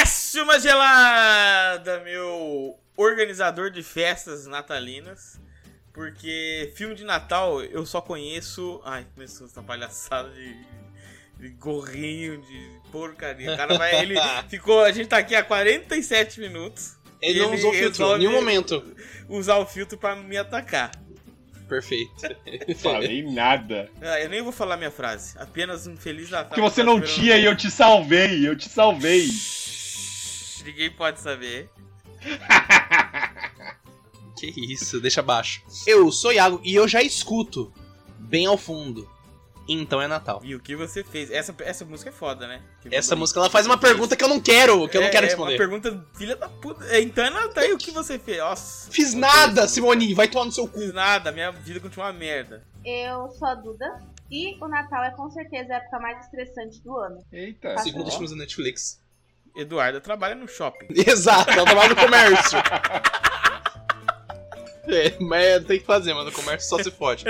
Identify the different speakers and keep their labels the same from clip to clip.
Speaker 1: Décima gelada, meu organizador de festas natalinas. Porque filme de Natal eu só conheço. Ai, é começou essa palhaçada de, de gorrinho, de porcaria. O cara vai. Ele ficou. A gente tá aqui há 47 minutos.
Speaker 2: Ele
Speaker 1: e
Speaker 2: não usou filtro em
Speaker 1: resolve
Speaker 2: nenhum momento.
Speaker 1: Usar o filtro pra me atacar.
Speaker 2: Perfeito.
Speaker 3: Falei nada.
Speaker 1: Ah, eu nem vou falar minha frase. Apenas um feliz Natal.
Speaker 3: Porque você não
Speaker 1: Espero-
Speaker 3: tinha e eu te salvei, eu te salvei.
Speaker 1: Shhh, Ninguém pode saber.
Speaker 2: que isso, deixa abaixo. Eu sou Iago e eu já escuto bem ao fundo. Então é Natal.
Speaker 1: E o que você fez? Essa, essa música é foda, né? Que
Speaker 2: Essa
Speaker 1: mandou-
Speaker 2: música ela faz uma pergunta que eu não quero, que eu não
Speaker 1: É,
Speaker 2: quero
Speaker 1: É uma
Speaker 2: responder.
Speaker 1: pergunta filha da puta. É, Então não, tá aí o que você fez. Nossa.
Speaker 2: Fiz
Speaker 1: Não
Speaker 2: nada,
Speaker 1: fiz,
Speaker 2: Simone, vai tomar no seu
Speaker 1: Fiz
Speaker 2: cu.
Speaker 1: nada, minha vida continua uma merda.
Speaker 4: Eu sou a Duda e o Natal é com certeza a época mais estressante do ano.
Speaker 3: Eita.
Speaker 2: Segundo os filmes da Netflix.
Speaker 1: Eduarda trabalha no shopping.
Speaker 2: Exato, ela trabalha no comércio. É, mas tem que fazer, mano. O comércio só se fode.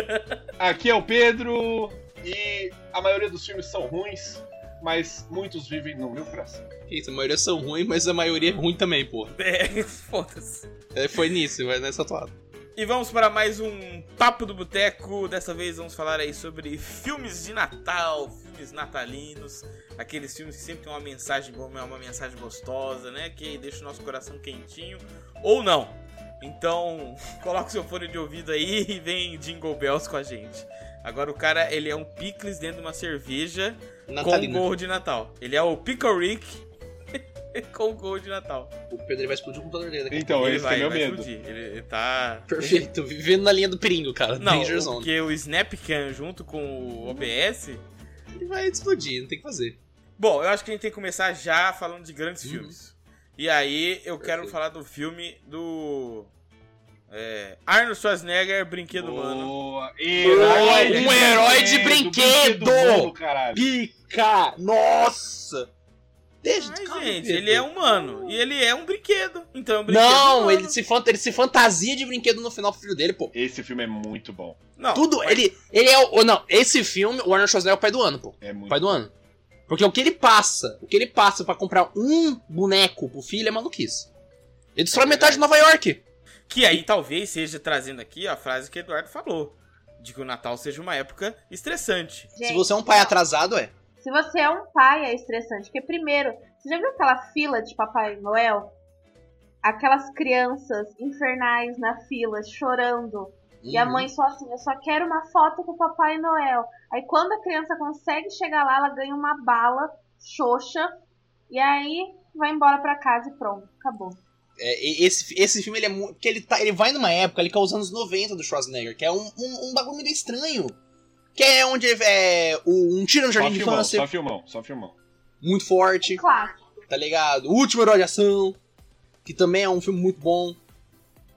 Speaker 3: Aqui é o Pedro e a maioria dos filmes são ruins, mas muitos vivem no meu coração.
Speaker 2: Isso, a maioria são ruins, mas a maioria é ruim também, pô.
Speaker 1: É, foda-se.
Speaker 2: É, foi nisso, vai nessa toada.
Speaker 1: E vamos para mais um Papo do Boteco. Dessa vez vamos falar aí sobre filmes de Natal, filmes natalinos, aqueles filmes que sempre tem uma mensagem boa, uma mensagem gostosa, né? Que deixa o nosso coração quentinho. Ou não. Então, coloca o seu fone de ouvido aí e vem Jingle Bells com a gente. Agora o cara, ele é um picles dentro de uma cerveja com
Speaker 2: Natalina.
Speaker 1: gorro de Natal. Ele é o Pickle Rick com gorro de Natal.
Speaker 2: O Pedro ele vai explodir o computador dele daqui.
Speaker 3: Então,
Speaker 1: ele
Speaker 3: esse que é
Speaker 1: vai,
Speaker 3: meu
Speaker 1: vai
Speaker 3: medo.
Speaker 1: explodir. Ele, ele tá...
Speaker 2: Perfeito, vivendo na linha do perigo, cara.
Speaker 1: Não,
Speaker 2: Danger Zone.
Speaker 1: porque o Snapcam junto com o OBS.
Speaker 2: Ele vai explodir, não tem o que fazer.
Speaker 1: Bom, eu acho que a gente tem que começar já falando de grandes
Speaker 2: Uhum.
Speaker 1: filmes. E aí eu quero
Speaker 2: Perfeito.
Speaker 1: falar do filme do. É, Arnold Schwarzenegger, Brinquedo Humano.
Speaker 3: Boa,
Speaker 2: Herói, um herói de brinquedo!
Speaker 3: brinquedo, caralho.
Speaker 2: Pica! Nossa! Deixa
Speaker 1: Mas,
Speaker 2: calma,
Speaker 1: gente,
Speaker 2: Pedro.
Speaker 1: ele é humano. E ele é um brinquedo. Então é um brinquedo.
Speaker 2: Não,
Speaker 1: humano.
Speaker 2: ele se, fan- ele se fantasia de brinquedo no final pro filho dele, pô.
Speaker 3: Esse filme é muito bom.
Speaker 1: Não,
Speaker 2: Tudo,
Speaker 1: mas-
Speaker 2: ele, ele é o. ou Não, esse filme, o Arnold Schwarzenegger é o pai do ano, pô.
Speaker 3: É muito
Speaker 2: Pai do ano. Porque o que ele passa, o que ele passa pra comprar um boneco pro filho é maluquice. Ele destrói
Speaker 1: É verdade.
Speaker 2: metade de Nova York.
Speaker 1: Que aí talvez seja trazendo aqui a frase que o Eduardo falou. De que o Natal seja uma época estressante.
Speaker 4: Gente,
Speaker 2: Se você é um pai
Speaker 4: não.
Speaker 2: atrasado, é.
Speaker 4: Se você é um pai, é estressante. Porque primeiro, você já viu aquela fila de Papai Noel? Aquelas crianças infernais na fila, chorando. E a
Speaker 2: Uhum.
Speaker 4: mãe só assim, eu só quero uma foto com o Papai Noel. Aí quando a criança consegue chegar lá, ela ganha uma bala xoxa. E aí vai embora pra casa e pronto, acabou.
Speaker 2: É, e- esse, esse filme, ele é muito. Porque ele, tá, ele vai numa época, ele que é os anos 90 do Schwarzenegger, que é um, um, um bagulho meio estranho. Que é onde é, o- um tiro no
Speaker 3: Só
Speaker 2: jardim de
Speaker 3: filmão,
Speaker 2: infância,
Speaker 3: só filmão, só filmão.
Speaker 2: muito forte,
Speaker 4: Claro.
Speaker 2: tá ligado? O Último Herói de Ação, que também é um filme muito bom.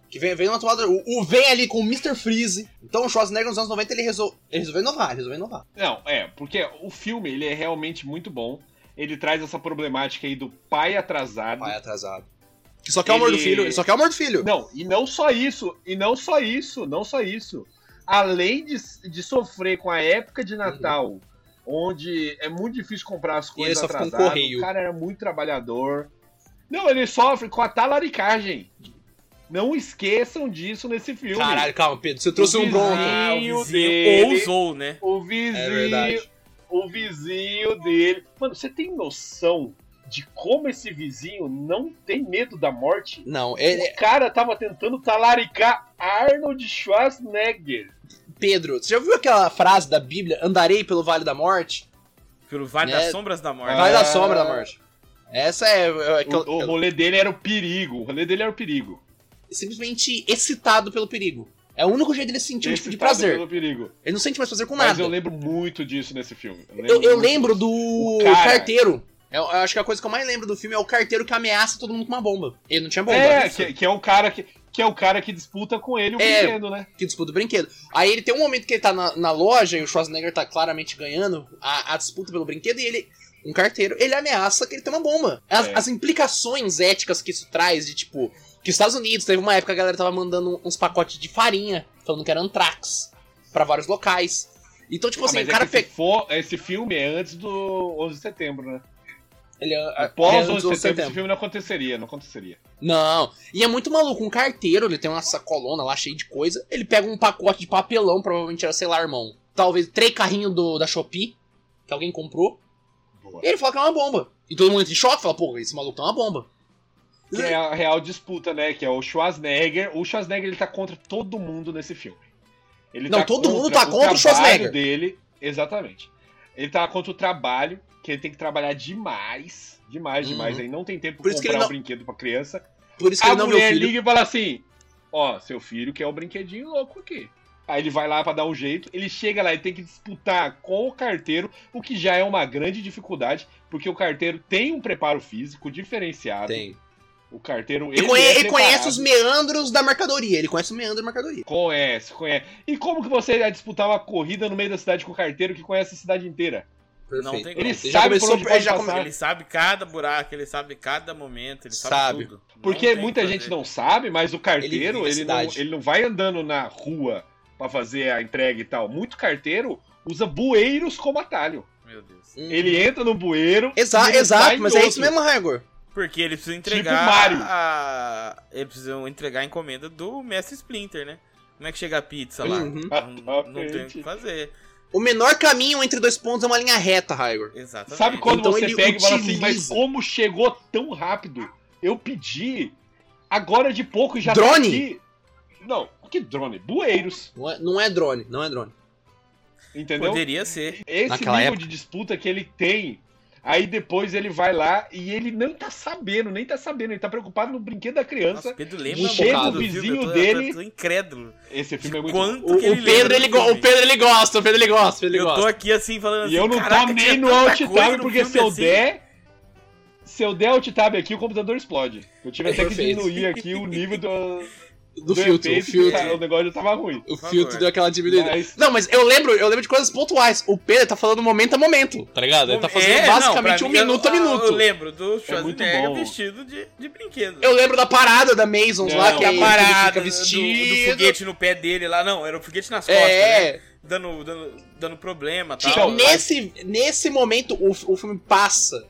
Speaker 2: Que vem, vem numa toada. O, o vem ali com o Mr. Freeze. Então o Schwarzenegger nos anos 90 ele, resol, ele resolveu inovar, ele resolveu inovar.
Speaker 3: Não, é, porque o filme, ele é realmente muito bom. Ele traz essa problemática aí do pai atrasado.
Speaker 2: Pai atrasado. Que só quer o amor do
Speaker 3: Ele-
Speaker 2: filho, ele só quer o amor do filho.
Speaker 3: Não, e não só isso, e não só isso, não só isso. Além de, de sofrer com a época de Natal, onde é muito difícil comprar as
Speaker 2: E ele
Speaker 3: coisas
Speaker 2: só fica com
Speaker 3: atrasadas,
Speaker 2: correio.
Speaker 3: o cara era muito trabalhador. Não, ele sofre com a talaricagem. Não esqueçam disso nesse filme.
Speaker 2: Caralho, calma, Pedro, você trouxe um bronco.
Speaker 1: Ah, o
Speaker 3: Vizinho
Speaker 1: vizinho
Speaker 3: dele.
Speaker 1: ousou, né?
Speaker 3: O
Speaker 2: É
Speaker 3: vizinho,
Speaker 2: verdade.
Speaker 3: o vizinho dele. Mano, você tem noção de como esse vizinho não tem medo da morte?
Speaker 2: Não, ele,
Speaker 3: O cara tava tentando talaricar Arnold Schwarzenegger.
Speaker 2: Pedro, você já ouviu aquela frase da Bíblia? Andarei pelo Vale da Morte?
Speaker 1: Pelo Vale
Speaker 2: Né?
Speaker 1: das Sombras da Morte.
Speaker 2: Vale
Speaker 3: Ah.
Speaker 2: da Sombra da Morte. Essa é. é- é que
Speaker 3: O,
Speaker 2: eu-
Speaker 3: o
Speaker 2: eu-
Speaker 3: rolê dele era o perigo. O rolê dele era o perigo.
Speaker 2: é simplesmente excitado pelo perigo. É o único jeito dele sentir um tipo de
Speaker 3: Excitado
Speaker 2: prazer.
Speaker 3: pelo perigo.
Speaker 2: Ele não sente mais prazer com
Speaker 3: Mas
Speaker 2: nada.
Speaker 3: eu lembro muito disso nesse filme.
Speaker 2: Eu, eu
Speaker 3: muito
Speaker 2: lembro
Speaker 3: disso.
Speaker 2: do
Speaker 3: O cara-
Speaker 2: carteiro. É, Eu, eu acho que a coisa que eu mais lembro do filme é o carteiro que ameaça todo mundo com uma bomba. Ele não tinha bomba. né?
Speaker 3: É,
Speaker 2: isso.
Speaker 3: que, que é o cara que, que é o cara que disputa com ele o
Speaker 2: É.
Speaker 3: brinquedo, né?
Speaker 2: que disputa o brinquedo. Aí ele tem um momento que ele tá na, na loja e o Schwarzenegger tá claramente ganhando a, a disputa pelo brinquedo e ele, um carteiro, ele ameaça que ele tem uma bomba. As,
Speaker 3: É.
Speaker 2: as implicações éticas que isso traz de tipo, que os Estados Unidos teve uma época que a galera tava mandando um, uns pacotes de farinha, falando que era antrax, pra vários locais. Então, tipo assim,
Speaker 3: Ah, mas
Speaker 2: o cara
Speaker 3: é que
Speaker 2: pega.
Speaker 3: esse, fo- esse filme é antes do 11 de setembro, né?
Speaker 2: Ele é,
Speaker 3: Após
Speaker 2: ele é
Speaker 3: 11 de
Speaker 2: 11
Speaker 3: setembro, esse filme não aconteceria, não aconteceria.
Speaker 2: Não. E é muito maluco. Um carteiro, ele tem uma sacolona lá cheia de coisa. Ele pega um pacote de papelão, provavelmente era, sei lá, irmão. Talvez três carrinhos do, da Shopee, que alguém comprou.
Speaker 3: Boa.
Speaker 2: E ele fala que é uma bomba. E todo mundo entra em choque fala, pô, esse maluco é uma bomba.
Speaker 3: Que é a real disputa, né? Que é o Schwarzenegger. O Schwarzenegger ele tá contra todo mundo nesse filme. Ele
Speaker 2: Não, todo mundo tá contra o
Speaker 3: trabalho
Speaker 2: Schwarzenegger.
Speaker 3: dele, exatamente. Ele tá contra o trabalho, que ele tem que trabalhar demais, demais,
Speaker 2: Uhum.
Speaker 3: demais. Ele não tem tempo
Speaker 2: Por
Speaker 3: pra
Speaker 2: isso que
Speaker 3: comprar
Speaker 2: ele
Speaker 3: um
Speaker 2: não-
Speaker 3: brinquedo pra criança.
Speaker 2: Por isso que
Speaker 3: a
Speaker 2: ele não viu o
Speaker 3: mulher
Speaker 2: filho.
Speaker 3: liga e fala assim: Ó, seu filho quer o brinquedinho louco aqui. Aí ele vai lá pra dar um jeito, ele chega lá e tem que disputar com o carteiro, o que já é uma grande dificuldade, porque o carteiro tem um preparo físico diferenciado.
Speaker 2: Tem.
Speaker 3: O carteiro
Speaker 2: Ele, conhe-
Speaker 3: é
Speaker 2: ele conhece
Speaker 3: preparado.
Speaker 2: os meandros da mercadoria. Ele conhece o meandro da mercadoria.
Speaker 3: Conhece, conhece. E como que você ia disputar uma corrida no meio da cidade com o carteiro que conhece a cidade inteira?
Speaker 1: Não tem
Speaker 3: Ele
Speaker 1: como.
Speaker 2: já
Speaker 3: sabe
Speaker 2: começou-
Speaker 3: por onde
Speaker 2: ele
Speaker 3: pode
Speaker 2: já
Speaker 3: passar.
Speaker 2: come-
Speaker 1: Ele sabe cada buraco, ele sabe cada momento, ele sabe,
Speaker 2: Sabe.
Speaker 1: tudo. Não
Speaker 3: Porque
Speaker 1: tem
Speaker 3: muita
Speaker 1: pra
Speaker 3: gente
Speaker 1: ver.
Speaker 3: não sabe, mas o
Speaker 2: Ele
Speaker 3: carteiro,
Speaker 2: vive a
Speaker 3: ele, não,
Speaker 2: cidade.
Speaker 3: ele não vai andando na rua pra fazer a entrega e tal. Muito carteiro usa bueiros como atalho.
Speaker 1: Meu Deus.
Speaker 2: Hum.
Speaker 3: Ele entra no bueiro. e
Speaker 2: Exa
Speaker 3: ele sai
Speaker 2: exato,
Speaker 3: em
Speaker 2: mas é
Speaker 3: outro.
Speaker 2: isso mesmo, Raigor.
Speaker 1: Porque ele precisa
Speaker 3: Tipo
Speaker 1: entregar
Speaker 3: Mario.
Speaker 1: a... Ele precisa entregar a encomenda do Mestre Splinter, né? Como é que chega a pizza lá?
Speaker 2: Uhum.
Speaker 1: Não, não tem o que
Speaker 3: Exatamente.
Speaker 1: fazer.
Speaker 2: O menor caminho entre dois pontos é uma linha reta, Raigor.
Speaker 1: Exatamente.
Speaker 3: Sabe quando
Speaker 2: Então
Speaker 3: você
Speaker 2: ele
Speaker 3: pega e fala assim,
Speaker 2: utiliza.
Speaker 3: mas como chegou tão rápido? Eu pedi agora de pouco e já tá
Speaker 2: Drone?
Speaker 3: aqui. Não, que drone? Bueiros,
Speaker 2: Não é, não é drone, não é drone.
Speaker 3: entendeu?
Speaker 1: Poderia ser.
Speaker 3: Esse
Speaker 2: Naquela
Speaker 3: nível
Speaker 2: época.
Speaker 3: de disputa que ele tem, aí depois ele vai lá e ele não tá sabendo, nem tá sabendo, ele tá preocupado no brinquedo da criança.
Speaker 1: Nossa, o Pedro lembra
Speaker 2: Chega
Speaker 1: muito
Speaker 2: o
Speaker 1: do filme,
Speaker 3: vizinho
Speaker 1: eu tô-
Speaker 3: dele-
Speaker 1: Eu tô incrédulo.
Speaker 3: Esse filme
Speaker 1: De
Speaker 3: é muito
Speaker 1: quanto
Speaker 2: O,
Speaker 1: que ele
Speaker 2: o Pedro,
Speaker 1: lembra
Speaker 2: ele
Speaker 1: do
Speaker 2: go-
Speaker 1: filme.
Speaker 2: o Pedro ele gosta, o Pedro ele gosta, o Pedro ele
Speaker 1: Eu tô
Speaker 2: gosta.
Speaker 1: aqui assim falando
Speaker 3: E eu
Speaker 1: assim,
Speaker 3: não
Speaker 1: "Caraca,
Speaker 3: tô
Speaker 1: tinha
Speaker 3: nem no
Speaker 1: tanta
Speaker 3: alt
Speaker 1: coisa
Speaker 3: tab,
Speaker 1: no
Speaker 3: porque
Speaker 1: filme
Speaker 3: se eu
Speaker 1: assim."
Speaker 3: der. Se eu der alt tab aqui, o computador explode. Eu tive até que
Speaker 2: É Perfeito.
Speaker 3: diminuir aqui o nível do,
Speaker 2: Do filtro, o
Speaker 3: efeito,
Speaker 2: filtro.
Speaker 3: tá? O negócio já tava ruim.
Speaker 2: O
Speaker 1: Por
Speaker 2: filtro
Speaker 1: favor.
Speaker 2: deu aquela diminuída.
Speaker 3: Mas-
Speaker 2: Não, mas eu lembro, eu lembro de coisas pontuais. O Pedro tá falando momento a momento, tá ligado? Ele tá fazendo
Speaker 1: É, não,
Speaker 2: basicamente
Speaker 1: pra
Speaker 2: um
Speaker 1: mim, eu-
Speaker 2: minuto a
Speaker 1: eu-
Speaker 2: minuto.
Speaker 1: Eu
Speaker 2: É Eu lembro,
Speaker 1: lembro do Schwarzenegger
Speaker 3: muito bom.
Speaker 1: vestido de, de brinquedo.
Speaker 2: da parada da Masons lá,
Speaker 3: Não,
Speaker 2: que
Speaker 1: da
Speaker 2: é ele
Speaker 1: parada,
Speaker 2: fica
Speaker 1: do,
Speaker 2: vestido.
Speaker 1: do foguete no pé dele lá. Não, era o foguete nas costas, né?
Speaker 2: É,
Speaker 1: Dando, dando, dando problema e
Speaker 2: Tipo,
Speaker 1: tal.
Speaker 2: nesse, nesse momento o, f- o filme passa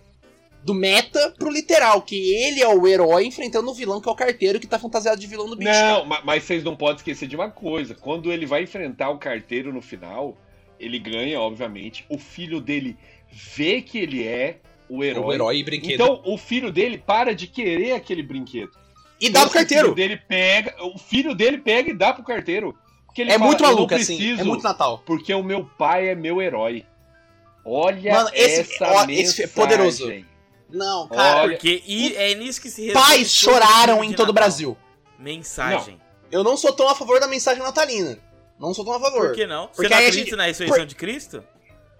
Speaker 2: do meta pro literal, que ele é o herói enfrentando o vilão que é o carteiro que tá fantasiado de vilão do bicho.
Speaker 3: Não, ma- mas vocês não podem esquecer de uma coisa. Quando ele vai enfrentar o carteiro no final, ele ganha, obviamente. O filho dele vê que ele é o
Speaker 2: cara.
Speaker 3: herói.
Speaker 2: O herói e brinquedo.
Speaker 3: Então o filho dele para de querer aquele brinquedo.
Speaker 2: e dá pro
Speaker 3: O filho
Speaker 1: tipo
Speaker 2: carteiro.
Speaker 3: dele pega, o filho dele pega e dá pro carteiro. Porque ele
Speaker 2: É
Speaker 3: fala,
Speaker 2: muito
Speaker 3: "Eu não
Speaker 2: maluco, assim.
Speaker 3: preciso,
Speaker 2: É muito Natal.
Speaker 3: Porque o meu pai é meu herói. Olha
Speaker 2: Mano, esse-
Speaker 3: essa
Speaker 2: ó,
Speaker 3: mensagem.
Speaker 2: esse é poderoso. Não, cara.
Speaker 3: Olha,
Speaker 1: Ah, Porque e é nisso que se resolve
Speaker 2: Pais
Speaker 1: todo
Speaker 2: choraram
Speaker 1: filme
Speaker 2: em
Speaker 1: de
Speaker 2: todo
Speaker 1: Natal.
Speaker 2: o Brasil.
Speaker 1: Mensagem.
Speaker 2: Eu não sou tão a favor da mensagem natalina. Não sou tão a favor.
Speaker 1: Por que não? Você
Speaker 2: Porque
Speaker 1: não
Speaker 2: aí a
Speaker 1: acredita na ressurreição de Cristo?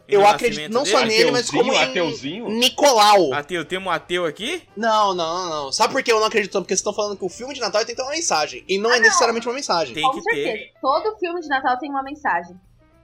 Speaker 1: E
Speaker 2: Eu
Speaker 1: no
Speaker 2: acredito
Speaker 1: nascimento
Speaker 2: não só
Speaker 1: dele?
Speaker 2: nele, mas como em-
Speaker 3: ateuzinho.
Speaker 2: Nicolau.
Speaker 3: Ah.
Speaker 1: Ateu, temos um ateu aqui?
Speaker 2: Não, não, não. Sabe por que eu não acredito? tanto? Porque vocês estão falando que o filme de Natal tem que ter uma mensagem. E não é necessariamente uma mensagem.
Speaker 1: Ah, Tem
Speaker 4: Com
Speaker 1: que
Speaker 4: certeza.
Speaker 1: ter.
Speaker 4: Todo filme de Natal tem uma mensagem.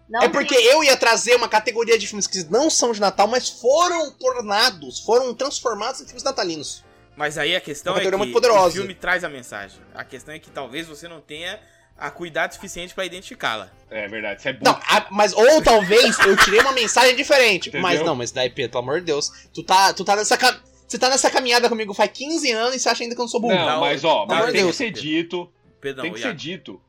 Speaker 4: Não
Speaker 2: É porque eu ia trazer uma categoria de filmes que não são de Natal, mas foram tornados, foram transformados em filmes natalinos.
Speaker 1: Mas aí a questão é
Speaker 2: Uma
Speaker 1: que
Speaker 2: teoria muito poderosa.
Speaker 1: o filme traz a mensagem. A questão é que talvez você não tenha a cuidado suficiente pra identificá-la.
Speaker 3: É verdade, isso é burro.
Speaker 2: Não, a- mas ou talvez eu tirei uma mensagem diferente.
Speaker 3: Entendeu?
Speaker 2: Mas não, mas daí, Pedro, pelo amor de Deus, tu tá, tu tá nessa ca- você tá nessa caminhada comigo faz 15 anos e você acha ainda que eu não sou burro.
Speaker 3: Não, mas
Speaker 2: Não,
Speaker 3: ó, mas tem que
Speaker 2: Deus.
Speaker 3: ser dito.
Speaker 1: Perdão,
Speaker 3: tem que ser
Speaker 1: Iago.
Speaker 3: dito.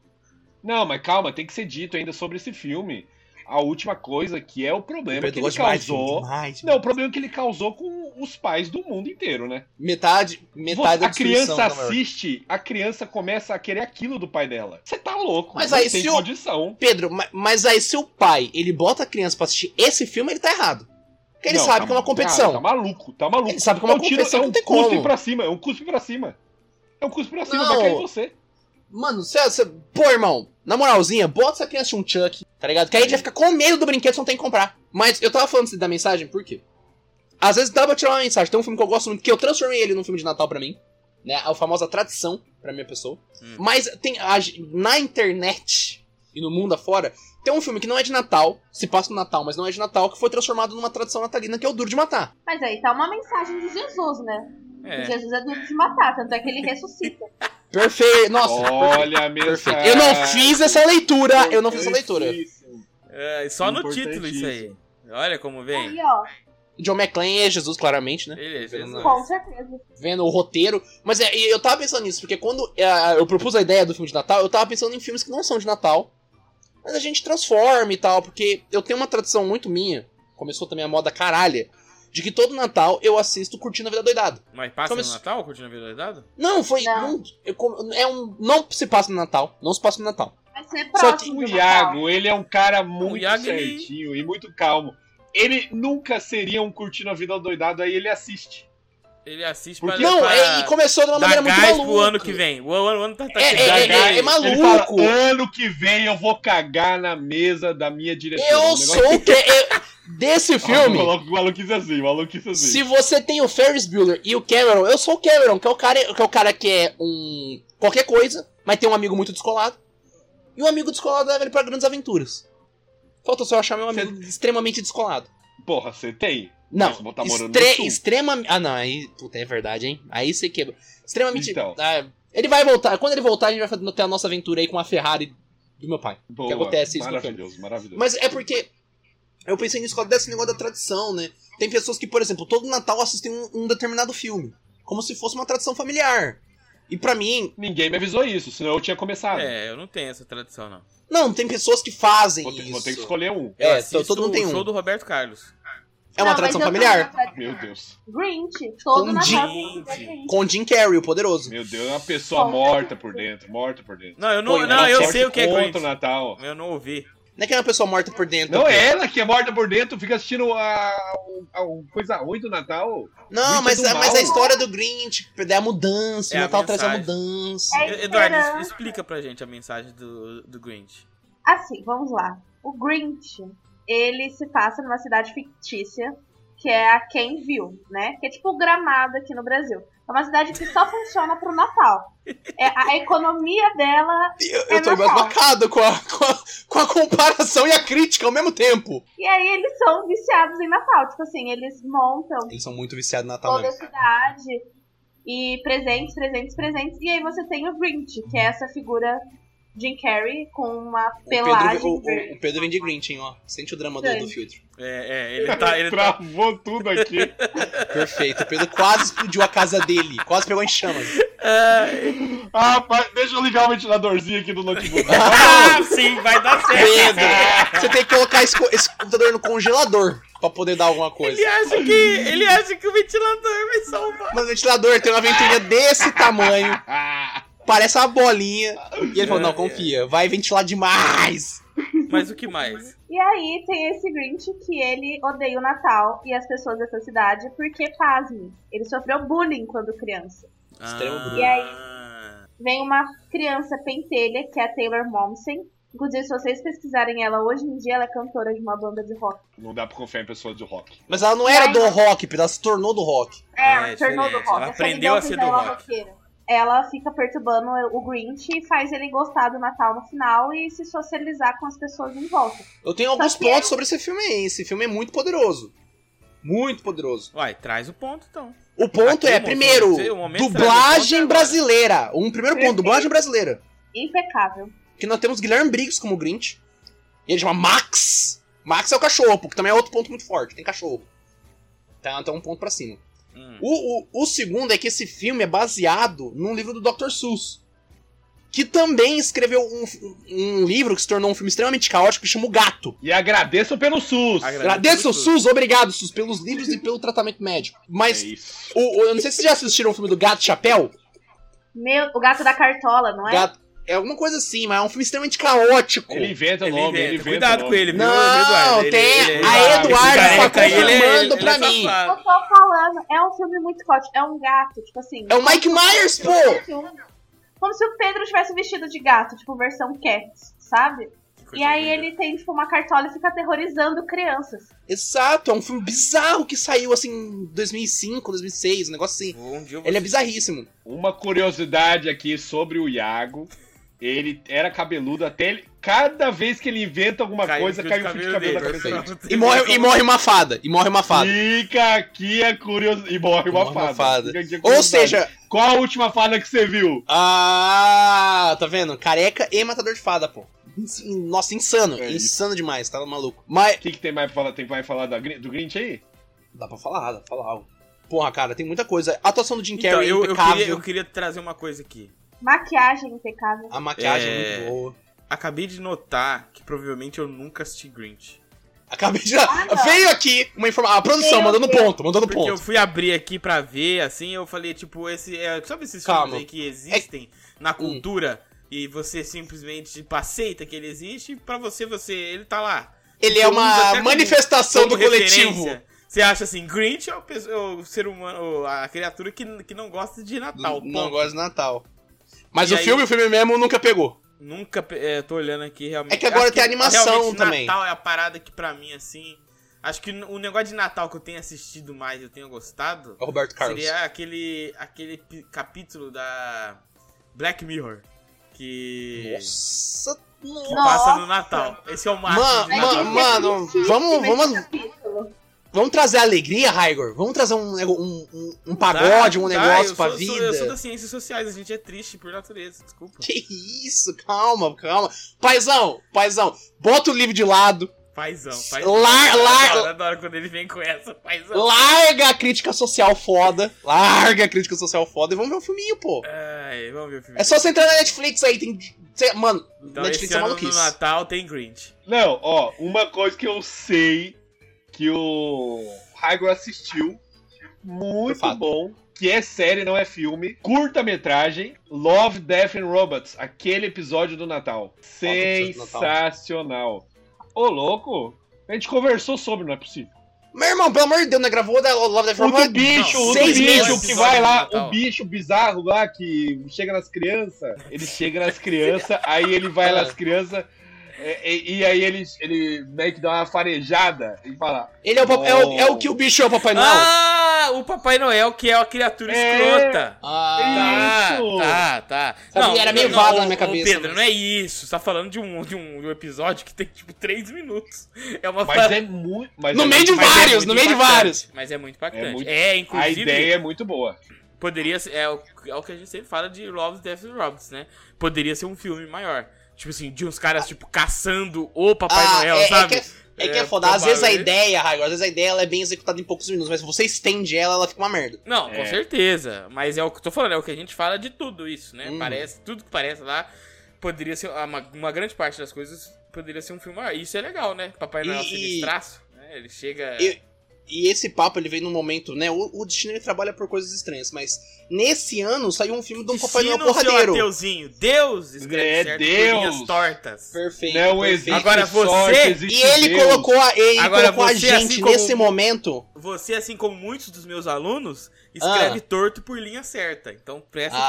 Speaker 3: Não, mas calma, tem que ser dito ainda sobre esse filme. A última coisa que é o
Speaker 2: O
Speaker 3: problema que ele
Speaker 2: gosta demais de né? filme,
Speaker 3: causou.
Speaker 2: demais.
Speaker 3: Não, o problema que ele causou com os pais do mundo inteiro, né?
Speaker 2: Metade, metade da
Speaker 3: a
Speaker 2: destruição,
Speaker 3: criança
Speaker 2: tá, maior.
Speaker 3: assiste, a criança começa a querer aquilo do pai dela. Você tá louco,
Speaker 2: Mas
Speaker 3: não
Speaker 2: aí,
Speaker 3: tem
Speaker 2: se o-
Speaker 3: condição.
Speaker 2: Pedro, ma- mas aí se o pai, ele bota a criança pra assistir esse filme, ele tá errado. Porque ele
Speaker 3: Não,
Speaker 2: sabe
Speaker 3: tá-
Speaker 2: que é uma competição.
Speaker 3: Cara, tá maluco, tá maluco.
Speaker 2: Ele sabe que é uma
Speaker 3: um tiro-
Speaker 2: competição,
Speaker 3: é um
Speaker 2: não tem
Speaker 3: cuspe
Speaker 2: como.
Speaker 3: pra cima, é um cuspe pra cima. É um cuspe pra cima,
Speaker 2: Não.
Speaker 3: vai cair em você.
Speaker 2: Mano, cê, cê- pô, irmão, na moralzinha, bota essa criança um Chuck, tá ligado? Que aí a gente vai ficar com medo do brinquedo, você não tem que comprar. Mas eu tava falando da mensagem, por quê? Às vezes dá pra tirar uma mensagem. Tem um filme que eu gosto muito, que eu transformei ele num filme de Natal pra mim. Né? A famosa tradição pra minha pessoa.
Speaker 1: Hum.
Speaker 2: Mas tem a ge- na internet e no mundo afora, tem um filme que não é de Natal, se passa no Natal, mas não é de Natal, que foi transformado numa tradição natalina, que é o Duro de Matar.
Speaker 4: Mas aí tá uma mensagem de Jesus, né?
Speaker 1: É.
Speaker 4: Jesus é duro de matar, tanto é que ele ressuscita.
Speaker 2: Perfeito. Nossa,
Speaker 3: Olha a
Speaker 2: perfeito.
Speaker 3: mensagem.
Speaker 2: Eu não fiz essa leitura, eu não fiz essa leitura.
Speaker 3: Importantíssimo.
Speaker 1: É, só no título isso aí. Olha como vem.
Speaker 4: Aí, ó,
Speaker 2: John McClane é Jesus, claramente, né?
Speaker 1: Ele é Jesus.
Speaker 4: Com certeza.
Speaker 2: Vendo o roteiro. Mas é, e eu tava pensando nisso, porque quando é, eu propus a ideia do filme de Natal, eu tava pensando em filmes que não são de Natal. Mas a gente transforma e tal, porque eu tenho uma tradição muito minha, começou também a moda caralha, de que todo Natal eu assisto Curtindo a Vida Doidada.
Speaker 1: Mas passa
Speaker 2: Como
Speaker 1: no
Speaker 2: se-
Speaker 1: Natal, curtindo a vida doidada?
Speaker 2: Não, foi.
Speaker 4: Não.
Speaker 2: Não. eu com- é um, não se passa no Natal. Não se passa no Natal.
Speaker 4: Vai ser
Speaker 2: Só tipo que
Speaker 4: próximo.
Speaker 3: O
Speaker 4: do Natal.
Speaker 3: Iago, ele é um cara muito
Speaker 1: Iago, ele-
Speaker 3: certinho e muito calmo. Ele nunca seria um curtindo a vida doidado, aí ele assiste.
Speaker 1: Ele assiste
Speaker 3: Porque-
Speaker 1: pra...
Speaker 2: Não,
Speaker 1: pra
Speaker 2: é, e começou de uma
Speaker 1: dar
Speaker 2: maneira muito
Speaker 1: gás
Speaker 2: maluca.
Speaker 1: pro ano que vem. O ano, o ano tá, tá
Speaker 2: É,
Speaker 1: chegando.
Speaker 2: é,
Speaker 1: Dá
Speaker 2: é,
Speaker 1: gás.
Speaker 2: é maluco.
Speaker 3: Ele fala, ano que vem eu vou cagar na mesa da minha diretora. Um
Speaker 2: Eu
Speaker 3: negócio-
Speaker 2: sou o que. eu- desse filme,
Speaker 3: Ah, maluco- Maluquice assim, maluquice assim.
Speaker 2: se você tem o Ferris Bueller e o Cameron, eu sou o Cameron, que é o cara que é, o cara que é um. qualquer coisa, mas tem um amigo muito descolado. E o amigo descolado leva ele pra grandes aventuras. Falta só eu achar meu amigo extremamente descolado.
Speaker 3: Porra, você tem.
Speaker 2: Não,
Speaker 3: Mas você tá morando no
Speaker 2: extre-
Speaker 3: sul.
Speaker 2: extremamente. Ah, não, aí. Puta, é verdade, hein? Aí você quebra. Extremamente.
Speaker 3: Então.
Speaker 2: Ah, ele vai voltar. Quando ele voltar, a gente vai fazer ter a nossa aventura aí com a Ferrari do meu pai.
Speaker 3: Boa,
Speaker 2: acontece isso no
Speaker 3: Maravilhoso, maravilhoso.
Speaker 2: Mas é porque. Eu pensei nisso quando desse negócio da tradição, né? Tem pessoas que, por exemplo, todo Natal assistem um, um determinado filme. Como se fosse uma tradição familiar. E pra mim,
Speaker 3: Ninguém me avisou isso, senão eu tinha começado.
Speaker 1: É, eu não tenho essa tradição, não.
Speaker 2: não, tem pessoas que fazem
Speaker 3: vou, ter,
Speaker 2: isso.
Speaker 3: vou ter que escolher um.
Speaker 1: Eu
Speaker 2: É,
Speaker 1: assisto
Speaker 2: todo mundo tem
Speaker 1: o
Speaker 2: um.
Speaker 1: show do Roberto Carlos.
Speaker 2: É uma
Speaker 4: Não,
Speaker 2: tradição
Speaker 4: mas eu
Speaker 2: familiar.
Speaker 4: tenho uma tradição.
Speaker 3: Meu Deus.
Speaker 4: Grinch. Todo
Speaker 2: Com
Speaker 4: Natal
Speaker 1: Grinch.
Speaker 4: tem que ter Grinch.
Speaker 2: Com o Jim Carrey, o poderoso.
Speaker 3: Meu Deus, é uma pessoa morta por dentro, morta por dentro.
Speaker 1: Não, eu não,
Speaker 2: Pô, um
Speaker 1: não
Speaker 3: Ela
Speaker 1: eu
Speaker 3: torce
Speaker 1: sei o que é
Speaker 3: contra
Speaker 1: Grinch.
Speaker 3: o Natal.
Speaker 1: Eu não ouvi.
Speaker 2: Não é que é uma pessoa morta por dentro.
Speaker 1: Então,
Speaker 3: Não é ela que é morta por dentro, fica assistindo a, a- a coisa ruim do Natal.
Speaker 2: Não,
Speaker 3: Grinch
Speaker 2: mas,
Speaker 3: é do
Speaker 2: a- mas
Speaker 3: mal.
Speaker 2: a história do Grinch, é a mudança,
Speaker 1: É
Speaker 2: o
Speaker 1: a
Speaker 2: Natal traz a
Speaker 1: mensagem.
Speaker 2: mudança.
Speaker 4: É
Speaker 1: Eduardo,
Speaker 4: esperança.
Speaker 1: es- explica pra gente a mensagem do, do Grinch.
Speaker 4: Assim, vamos lá. O Grinch, ele se passa numa cidade fictícia, que é a Kenville, né? Que é tipo o Gramado aqui no Brasil. É uma cidade que só funciona pro Natal. É, a economia dela.
Speaker 2: Eu,
Speaker 4: É
Speaker 2: eu tô
Speaker 4: Natal.
Speaker 2: embasbacado com a, com, a, com a comparação e a crítica ao mesmo tempo.
Speaker 4: E aí eles são viciados em Natal. Tipo assim, eles montam
Speaker 2: Eles são muito viciados no Natal né?
Speaker 4: toda a
Speaker 2: mesmo.
Speaker 4: cidade. E presentes, presentes, presentes. E aí você tem o Grinch, que é essa figura Jim Carrey com uma
Speaker 2: O
Speaker 4: pelagem
Speaker 2: Pedro, o-
Speaker 4: verde.
Speaker 2: o, o Pedro vem de Grinch, hein, ó. Sente o drama do, do filtro.
Speaker 1: É, é, ele tá. Ele tá
Speaker 3: Travou tudo aqui.
Speaker 2: Perfeito. O Pedro quase explodiu a casa dele. Quase pegou em chamas.
Speaker 1: Ai.
Speaker 3: ah, pai, deixa eu ligar o ventiladorzinho aqui do notebook.
Speaker 1: ah, sim, vai dar certo.
Speaker 2: Pedro, você tem que colocar esse, co- esse computador no congelador pra poder dar alguma coisa.
Speaker 1: Ele acha, que, ele acha que o ventilador vai salvar.
Speaker 2: Mas o ventilador tem uma ventoinha desse tamanho.
Speaker 3: Ah,
Speaker 2: Parece uma bolinha. E ele falou, não,
Speaker 1: É.
Speaker 2: confia. Vai ventilar demais.
Speaker 1: Mas o que mais?
Speaker 4: E aí tem esse Grinch que ele odeia o Natal e as pessoas dessa cidade porque, pasme, ele sofreu bullying quando criança.
Speaker 2: Extremo
Speaker 1: Ah,
Speaker 2: Grinch.
Speaker 4: E aí? Vem uma criança pentelha, que é a Taylor Momsen. Inclusive, se vocês pesquisarem ela hoje em dia, ela é cantora de uma banda de rock.
Speaker 3: não dá pra confiar em pessoas de rock.
Speaker 2: Mas ela não era do rock, Pedro. Ela se tornou do rock.
Speaker 1: É,
Speaker 4: É, ela tornou do
Speaker 1: diferente.
Speaker 4: rock.
Speaker 1: Ela
Speaker 4: Essa
Speaker 1: aprendeu a
Speaker 4: ligação
Speaker 1: ser do
Speaker 4: dela
Speaker 1: rock.
Speaker 4: roqueira. Ela fica perturbando o Grinch e faz ele gostar do Natal no final e se socializar com as pessoas em volta.
Speaker 2: Eu tenho alguns
Speaker 4: que é
Speaker 2: pontos sobre esse filme aí. Esse filme é muito poderoso. Muito poderoso.
Speaker 1: Uai, traz o ponto então.
Speaker 2: O ponto
Speaker 1: Aqui
Speaker 2: é,
Speaker 1: o momento-
Speaker 2: primeiro,
Speaker 1: o momento tá será
Speaker 2: dublagem
Speaker 1: do ponto
Speaker 2: brasileira. Um primeiro ponto, dublagem brasileira.
Speaker 4: Impecável.
Speaker 2: Que nós temos Guilherme Briggs como Grinch. E ele chama Max. Max é o cachorro, porque também é outro ponto muito forte. Tem cachorro. Então, então um ponto pra cima.
Speaker 1: Hum.
Speaker 2: O, o, o segundo é que esse filme é baseado num livro do Dr. Seuss. Que também escreveu um, um livro que se tornou um filme extremamente caótico que chama O Gato.
Speaker 3: E agradeço pelo SUS.
Speaker 1: Agra-
Speaker 2: Agradeço ao
Speaker 1: Tudo.
Speaker 2: SUS, obrigado, SUS, pelos livros e pelo tratamento médico.
Speaker 3: É
Speaker 2: Mas,
Speaker 3: isso.
Speaker 2: o, o- eu não sei se vocês já assistiram o filme do Gato e Chapéu.
Speaker 4: Meu, o gato da cartola, não é?
Speaker 2: Gato- é alguma coisa assim, mas é um filme extremamente caótico.
Speaker 3: Ele inventa o
Speaker 1: Ele
Speaker 3: nome, ele
Speaker 1: inventa.
Speaker 3: inventa.
Speaker 1: Cuidado
Speaker 3: o
Speaker 1: com
Speaker 3: nome.
Speaker 1: ele, viu,
Speaker 2: Não,
Speaker 1: Eduardo? Ele-
Speaker 2: tem
Speaker 1: ele- ele-
Speaker 2: a
Speaker 1: ele-
Speaker 2: Eduardo
Speaker 1: esse
Speaker 2: só
Speaker 1: careca aí, ele é-
Speaker 2: confirmando
Speaker 1: ele é
Speaker 2: pra mim.
Speaker 4: Eu
Speaker 1: safado.
Speaker 4: tô falando, é um filme muito forte. É um gato, tipo assim.
Speaker 2: É o Mike Myers, pô!
Speaker 4: Como se o Pedro tivesse vestido de gato, tipo versão Cats, sabe?
Speaker 1: Que
Speaker 4: E
Speaker 1: coisa
Speaker 4: aí
Speaker 1: horrível.
Speaker 4: ele tem, tipo, uma cartola e fica aterrorizando crianças.
Speaker 2: Exato, é um filme bizarro que saiu assim em 2005, 2006, um negócio assim.
Speaker 1: Vou- Um dia eu vou
Speaker 2: Ele é bizarríssimo.
Speaker 3: Uma curiosidade aqui sobre o Iago. Ele era cabeludo até ele. Cada vez que ele inventa alguma
Speaker 1: Caiu
Speaker 3: coisa,
Speaker 1: o fio
Speaker 3: cai
Speaker 1: de
Speaker 3: um fio de
Speaker 1: cabelo
Speaker 3: cabelo na
Speaker 1: dele,
Speaker 3: cabeça dele.
Speaker 1: pessoal.
Speaker 2: E morre, e morre uma fada, e morre uma fada.
Speaker 3: Fica aqui a curiosidade. E morre uma
Speaker 2: Morre uma
Speaker 3: fada.
Speaker 2: fada.
Speaker 3: Fica aqui a
Speaker 2: Ou
Speaker 3: curiosidade.
Speaker 2: seja,
Speaker 3: qual a última fada que você viu?
Speaker 2: Ah, tá vendo? Careca e matador de fada, pô. Ins- Nossa, insano.
Speaker 3: É isso.
Speaker 2: insano demais, tava maluco. Mas
Speaker 3: O que, que tem mais pra falar? Tem mais pra falar da Grin- do Grinch aí?
Speaker 2: Dá pra falar, dá pra falar algo. Porra, cara, tem muita coisa. A atuação do Jim
Speaker 1: Então,
Speaker 2: Carrey é
Speaker 1: eu, eu,
Speaker 2: impecável.
Speaker 1: queria, eu queria trazer uma coisa aqui.
Speaker 4: Maquiagem impecável.
Speaker 2: A maquiagem é...
Speaker 1: É.
Speaker 2: muito boa.
Speaker 1: Acabei de notar que provavelmente eu nunca assisti Grinch.
Speaker 2: Acabei de.
Speaker 4: não.
Speaker 2: Veio aqui uma informação. A produção,
Speaker 4: Meu
Speaker 2: mandando
Speaker 4: Deus.
Speaker 2: ponto, mandando
Speaker 1: Porque eu
Speaker 2: ponto.
Speaker 1: fui abrir aqui pra ver, assim, eu falei, tipo, esse. É, sabe esses filmes
Speaker 2: Calma. É
Speaker 1: aí que existem na cultura e você simplesmente tipo, aceita que ele existe, pra você, você. Ele tá lá.
Speaker 2: Ele é
Speaker 1: eu uso até
Speaker 2: uma
Speaker 1: como-
Speaker 2: manifestação do
Speaker 1: como
Speaker 2: coletivo.
Speaker 1: referência. Você acha assim, Grinch é o, pe- é o ser humano, a criatura que, que não gosta de Natal.
Speaker 2: Do- Não
Speaker 1: ponto.
Speaker 2: gosto de Natal. Mas
Speaker 1: E
Speaker 2: o
Speaker 1: aí-
Speaker 2: filme, o filme mesmo, nunca pegou.
Speaker 1: Nunca pe- é, tô olhando aqui realmente.
Speaker 2: É que agora
Speaker 1: Acho
Speaker 2: tem animação
Speaker 1: realmente
Speaker 2: também.
Speaker 1: Natal é a parada que pra mim assim, acho que o negócio de Natal que eu tenho assistido mais, eu tenho gostado,
Speaker 2: É o Roberto Carlos.
Speaker 1: seria aquele aquele pi- capítulo da Black Mirror que
Speaker 2: Nossa.
Speaker 1: que
Speaker 2: Nossa.
Speaker 1: passa
Speaker 4: Nossa.
Speaker 1: no Natal. Esse é o
Speaker 2: Ma-
Speaker 1: máximo. de
Speaker 2: ma-
Speaker 1: Natal.
Speaker 4: Mas
Speaker 2: mano,
Speaker 4: esse
Speaker 2: vamos-
Speaker 4: esse
Speaker 2: vamos-
Speaker 4: capítulo.
Speaker 2: Vamos trazer alegria, Raigor? Vamos trazer um, nego- um, um- um pagode, um
Speaker 1: Tá,
Speaker 2: negócio
Speaker 1: eu
Speaker 2: pra
Speaker 1: sou-
Speaker 2: vida?
Speaker 1: Sou, eu sou das ciências sociais, a gente é triste por natureza, desculpa.
Speaker 2: Que isso? Calma, calma. Paizão, paizão, bota o livro de lado,
Speaker 1: Paizão, paizão.
Speaker 2: Lar- lar-
Speaker 1: Adoro, adoro quando ele vem com essa, paizão.
Speaker 2: larga a crítica social foda, larga a crítica social foda e vamos ver um filminho, pô.
Speaker 1: Ai, vamos ver o filme.
Speaker 2: É só você entrar na Netflix aí, tem... cê- mano,
Speaker 1: Então,
Speaker 2: Netflix
Speaker 1: esse
Speaker 2: é
Speaker 1: ano no
Speaker 2: maluquice.
Speaker 1: Natal tem Grinch.
Speaker 3: Não, ó, uma coisa que eu sei que o Raigor assistiu,
Speaker 2: Por
Speaker 3: muito
Speaker 2: fato.
Speaker 3: bom, que é série, não é filme, curta-metragem, Love, Death and Robots, aquele episódio do Natal.
Speaker 2: episódio do Natal.
Speaker 3: Sensacional. Ô, louco, a gente conversou sobre, não é possível.
Speaker 2: Meu irmão, pelo amor de Deus, não gravou da Love Death
Speaker 3: O do
Speaker 2: Robots?
Speaker 3: bicho, o do
Speaker 2: então. seis
Speaker 3: bicho
Speaker 2: meses.
Speaker 3: que vai lá,
Speaker 1: Natal.
Speaker 3: o bicho bizarro lá que chega nas crianças. Ele chega nas crianças, aí ele vai
Speaker 2: Ah.
Speaker 3: nas crianças. é, é, E, aí ele, ele meio que dá uma farejada e fala.
Speaker 2: Ele é o, pap- é o- é o que o bicho é o Papai Noel?
Speaker 1: Ah, o Papai Noel, que é uma criatura
Speaker 3: É.
Speaker 1: escrota.
Speaker 2: Ah,
Speaker 1: Tá,
Speaker 3: Isso.
Speaker 1: tá, tá.
Speaker 2: Sabia, era meio vago na minha
Speaker 1: ô,
Speaker 2: cabeça, né?
Speaker 1: Pedro,
Speaker 2: mas-
Speaker 1: não é isso. Você tá falando de um, de, um, de um episódio que tem, tipo, três minutos. É uma
Speaker 3: Mas
Speaker 1: parada-
Speaker 3: é muito. mas
Speaker 2: No
Speaker 3: é
Speaker 2: meio
Speaker 3: muito-
Speaker 2: de
Speaker 3: mas é
Speaker 2: vários,
Speaker 1: muito
Speaker 3: muito-
Speaker 2: no meio de
Speaker 1: impactante,
Speaker 2: vários.
Speaker 1: Mas é muito impactante. É,
Speaker 3: É muito- A
Speaker 1: inclusive,
Speaker 3: ideia é muito boa.
Speaker 1: poderia ser. É o, é o que a gente sempre fala de Love, Death and Robots, né? Poderia ser um filme maior. Tipo assim, de uns caras, tipo, caçando o Papai
Speaker 2: Ah,
Speaker 1: Noel,
Speaker 2: é, é
Speaker 1: sabe?
Speaker 2: que é, é que é
Speaker 1: É,
Speaker 2: foda. Às vezes a
Speaker 1: provável.
Speaker 2: ideia, Raigor, às vezes a ideia ela é bem executada em poucos minutos, mas se você estende ela, ela fica uma merda.
Speaker 1: Não, com
Speaker 3: É.
Speaker 1: certeza. Mas é o que eu tô falando, é o que a gente fala de tudo isso, né?
Speaker 2: Hum.
Speaker 1: Parece, tudo que parece lá poderia ser. Uma, uma grande parte das coisas poderia ser um filme. maior. Isso é legal, né? Papai Noel
Speaker 2: E-
Speaker 1: sinistraço, né? Ele chega.
Speaker 2: E- E esse papo, ele veio num momento, né? O, o Destino ele trabalha por coisas estranhas, mas nesse ano saiu um filme de um Papai Noel
Speaker 1: Ensina o seu
Speaker 2: porradeiro.
Speaker 1: Ateuzinho. Deus escreve
Speaker 3: É
Speaker 1: certo
Speaker 3: Deus.
Speaker 1: por linhas tortas.
Speaker 2: Perfeito.
Speaker 3: Não
Speaker 2: perfeito.
Speaker 3: existe
Speaker 1: Agora
Speaker 3: sorte,
Speaker 1: você-
Speaker 2: E
Speaker 3: existe
Speaker 2: ele
Speaker 3: Deus.
Speaker 2: colocou a, ele
Speaker 1: Agora,
Speaker 2: colocou a
Speaker 1: você, assim
Speaker 2: gente
Speaker 1: como-
Speaker 2: nesse momento.
Speaker 1: Você, assim como muitos dos meus alunos, escreve torto por linha certa. Então presta
Speaker 2: Ah,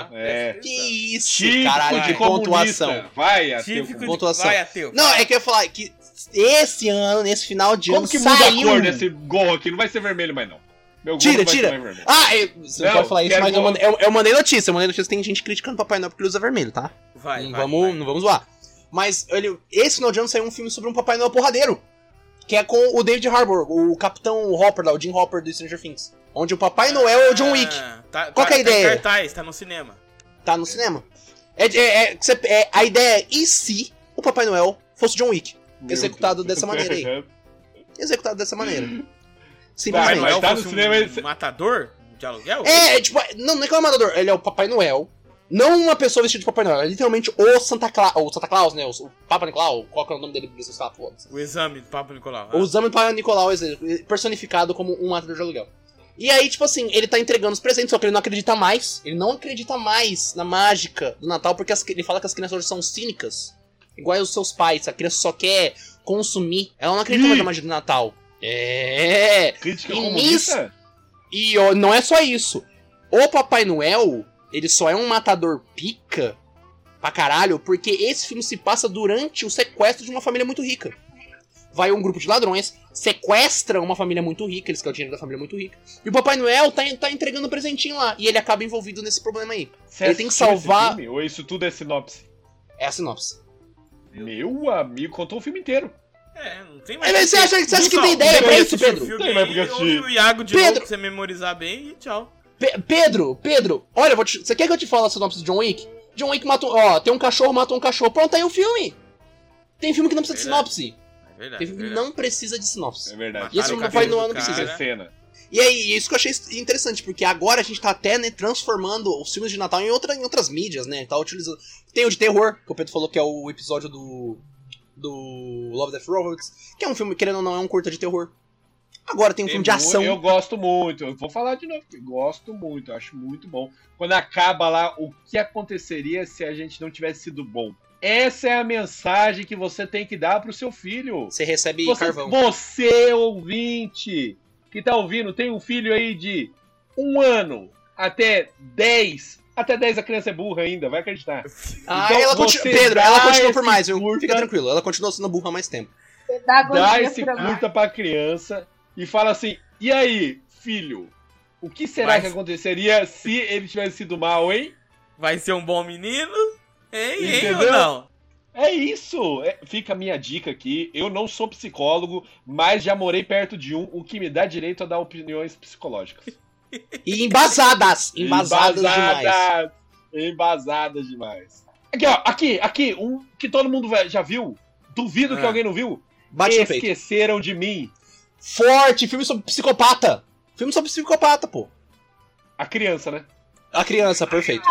Speaker 1: atenção. tá?
Speaker 3: é.
Speaker 1: Presta atenção.
Speaker 2: Que isso,
Speaker 3: Típico
Speaker 2: caralho,
Speaker 1: Tipo de
Speaker 2: que pontuação.
Speaker 3: Tipo Vai,
Speaker 1: Típico
Speaker 3: ateu. comunista.
Speaker 1: Tipo de...
Speaker 2: pontuação.
Speaker 1: Vai, ateu.
Speaker 2: Não,
Speaker 1: vai.
Speaker 2: é que eu ia falar que esse ano, nesse final de
Speaker 3: Como
Speaker 2: ano,
Speaker 3: que muda
Speaker 2: saiu.
Speaker 3: a cor desse gorro aqui? Não vai ser vermelho mais, não. Meu gorro
Speaker 2: Tira,
Speaker 3: não vai
Speaker 2: tira.
Speaker 3: ser mais vermelho.
Speaker 2: Ah, eu, você não
Speaker 3: Não,
Speaker 2: pode falar isso,
Speaker 3: quero
Speaker 2: mas eu
Speaker 3: go-
Speaker 2: mandei, eu, eu mandei notícia. Eu mandei notícia. Tem gente criticando o Papai Noel porque ele usa vermelho, tá?
Speaker 1: Vai,
Speaker 2: não,
Speaker 1: vai,
Speaker 2: vamos,
Speaker 1: vai.
Speaker 2: não vamos zoar. Mas olha, esse final de ano saiu um filme sobre um Papai Noel porradeiro. Que é com o David Harbour, o Capitão Hopper lá, o Jim Hopper do Stranger Things. Onde o Papai Noel é o John Wick.
Speaker 1: Ah, Tá,
Speaker 2: Qual
Speaker 1: tá- tá
Speaker 2: que é a
Speaker 1: em
Speaker 2: ideia?
Speaker 1: Cartaz, tá no cinema.
Speaker 2: Tá no cinema. É, é- é- que você- é- a ideia é, e se o Papai Noel fosse John Wick?
Speaker 3: Meu
Speaker 2: Executado
Speaker 3: Deus.
Speaker 2: dessa maneira aí. Executado dessa maneira.
Speaker 3: Vai,
Speaker 1: Papai
Speaker 2: Simplesmente.
Speaker 3: mas
Speaker 1: Noel
Speaker 3: tá no
Speaker 1: fosse
Speaker 3: cinema esse-
Speaker 1: um matador de aluguel?
Speaker 2: É, é tipo, não, não é que é o matador, ele é o Papai Noel. Não uma pessoa vestida de Papai Noel, é literalmente o Santa Claus, o Santa Claus, né? O, o Papa Nicolau, qual que é o nome dele? Sei lá, foda-se.
Speaker 1: O exame do Pablo Nicolau.
Speaker 2: O Zama Papai Nicolau ex- personificado como um matador de aluguel. E aí, tipo assim, ele tá entregando os presentes, só que ele não acredita mais. Ele não acredita mais na mágica do Natal, porque as- ele fala que as crianças hoje são cínicas. Igual os seus pais, a criança só quer consumir. Ela não acredita
Speaker 3: Ih!
Speaker 2: mais na mágica do Natal. É.
Speaker 3: Crítica
Speaker 2: E
Speaker 3: comunista?
Speaker 2: E ó, não é só isso. O Papai Noel, ele só é um matador pica pra caralho, porque esse filme se passa durante o sequestro de uma família muito rica. Vai um grupo de ladrões, sequestra uma família muito rica, eles querem o dinheiro da família muito rica. E o Papai Noel tá, tá entregando um presentinho lá, e ele acaba envolvido nesse problema aí.
Speaker 3: Você
Speaker 2: Ele tem que
Speaker 3: assistiu esse
Speaker 2: salvar-
Speaker 3: filme? Ou isso tudo é sinopse?
Speaker 2: É a sinopse.
Speaker 3: Meu amigo, contou o filme inteiro.
Speaker 1: É, não tem
Speaker 2: Mas você acha- você acha que tem ideia
Speaker 3: pra isso,
Speaker 2: Pedro?
Speaker 3: Tem, mas porque eu assisti.
Speaker 1: Ouve o Iago de
Speaker 2: Pedro!
Speaker 1: novo pra você memorizar bem e tchau.
Speaker 2: Pe- Pedro, Pedro, olha, eu vou te- você quer que eu te fale a sinopse de John Wick? tá John Wick matou. Ó, tem um cachorro, matou um cachorro. Pronto, aí o filme! Tem filme que não precisa de
Speaker 1: Verdade.
Speaker 2: sinopse.
Speaker 1: É verdade.
Speaker 2: Porque
Speaker 1: é
Speaker 2: filme
Speaker 1: verdade.
Speaker 2: não precisa de sinopse.
Speaker 3: É verdade.
Speaker 1: Mataram
Speaker 2: Isso
Speaker 1: o
Speaker 2: não né?
Speaker 1: cabelo
Speaker 2: foi no
Speaker 1: do
Speaker 2: ano que
Speaker 1: cara.
Speaker 3: Essa cena.
Speaker 2: E aí, isso que eu achei interessante, porque agora a gente tá até, né, transformando os filmes de Natal em, outra, em outras mídias, né? Tá utilizando. Tem o de terror, que o Pedro falou que é o episódio do. do Love Death Robots, que é um filme, querendo ou não, é um curta de terror. Agora tem um filme de
Speaker 3: mu-
Speaker 2: ação.
Speaker 3: Eu gosto muito. Eu vou falar de novo. porque eu Gosto muito. eu Acho muito bom. Quando acaba lá, o que aconteceria se a gente não tivesse sido bom? Essa é a mensagem que você tem que dar pro seu filho.
Speaker 2: Você recebe
Speaker 3: Você,
Speaker 2: carvão.
Speaker 3: você, ouvinte, que tá ouvindo, tem um filho aí de um ano até 10. Até 10 a criança é burra ainda, vai acreditar.
Speaker 2: Ah,
Speaker 3: Então
Speaker 2: ela
Speaker 3: você
Speaker 2: continua. Pedro, ela
Speaker 3: dá
Speaker 2: continuou
Speaker 3: esse
Speaker 2: por mais, viu?
Speaker 3: curta-
Speaker 2: Fica tranquilo, ela continuou sendo burra há mais tempo.
Speaker 3: Dá
Speaker 4: Pedagogia
Speaker 3: esse
Speaker 4: pra mim.
Speaker 3: curta pra criança e fala assim: e aí, filho? O que será
Speaker 1: Mas-
Speaker 3: que aconteceria se ele tivesse sido mal, hein?
Speaker 1: Vai ser um bom menino? Hein, hein, ou
Speaker 3: Entendeu?
Speaker 1: não?
Speaker 3: É isso! É- fica a minha dica aqui. Eu não sou psicólogo, mas já morei perto de um, o que me dá direito a dar opiniões psicológicas.
Speaker 2: E embasadas! Embasadas, demais.
Speaker 3: Embasadas. Embasadas demais. Aqui, ó, aqui, aqui, um que todo mundo vai- já viu. Duvido que
Speaker 1: Ah.
Speaker 3: alguém não viu.
Speaker 2: Bate no peito.
Speaker 3: Esqueceram de mim.
Speaker 2: Forte, filme sobre psicopata. Filme sobre psicopata, pô.
Speaker 3: A criança, né?
Speaker 2: A criança, perfeito.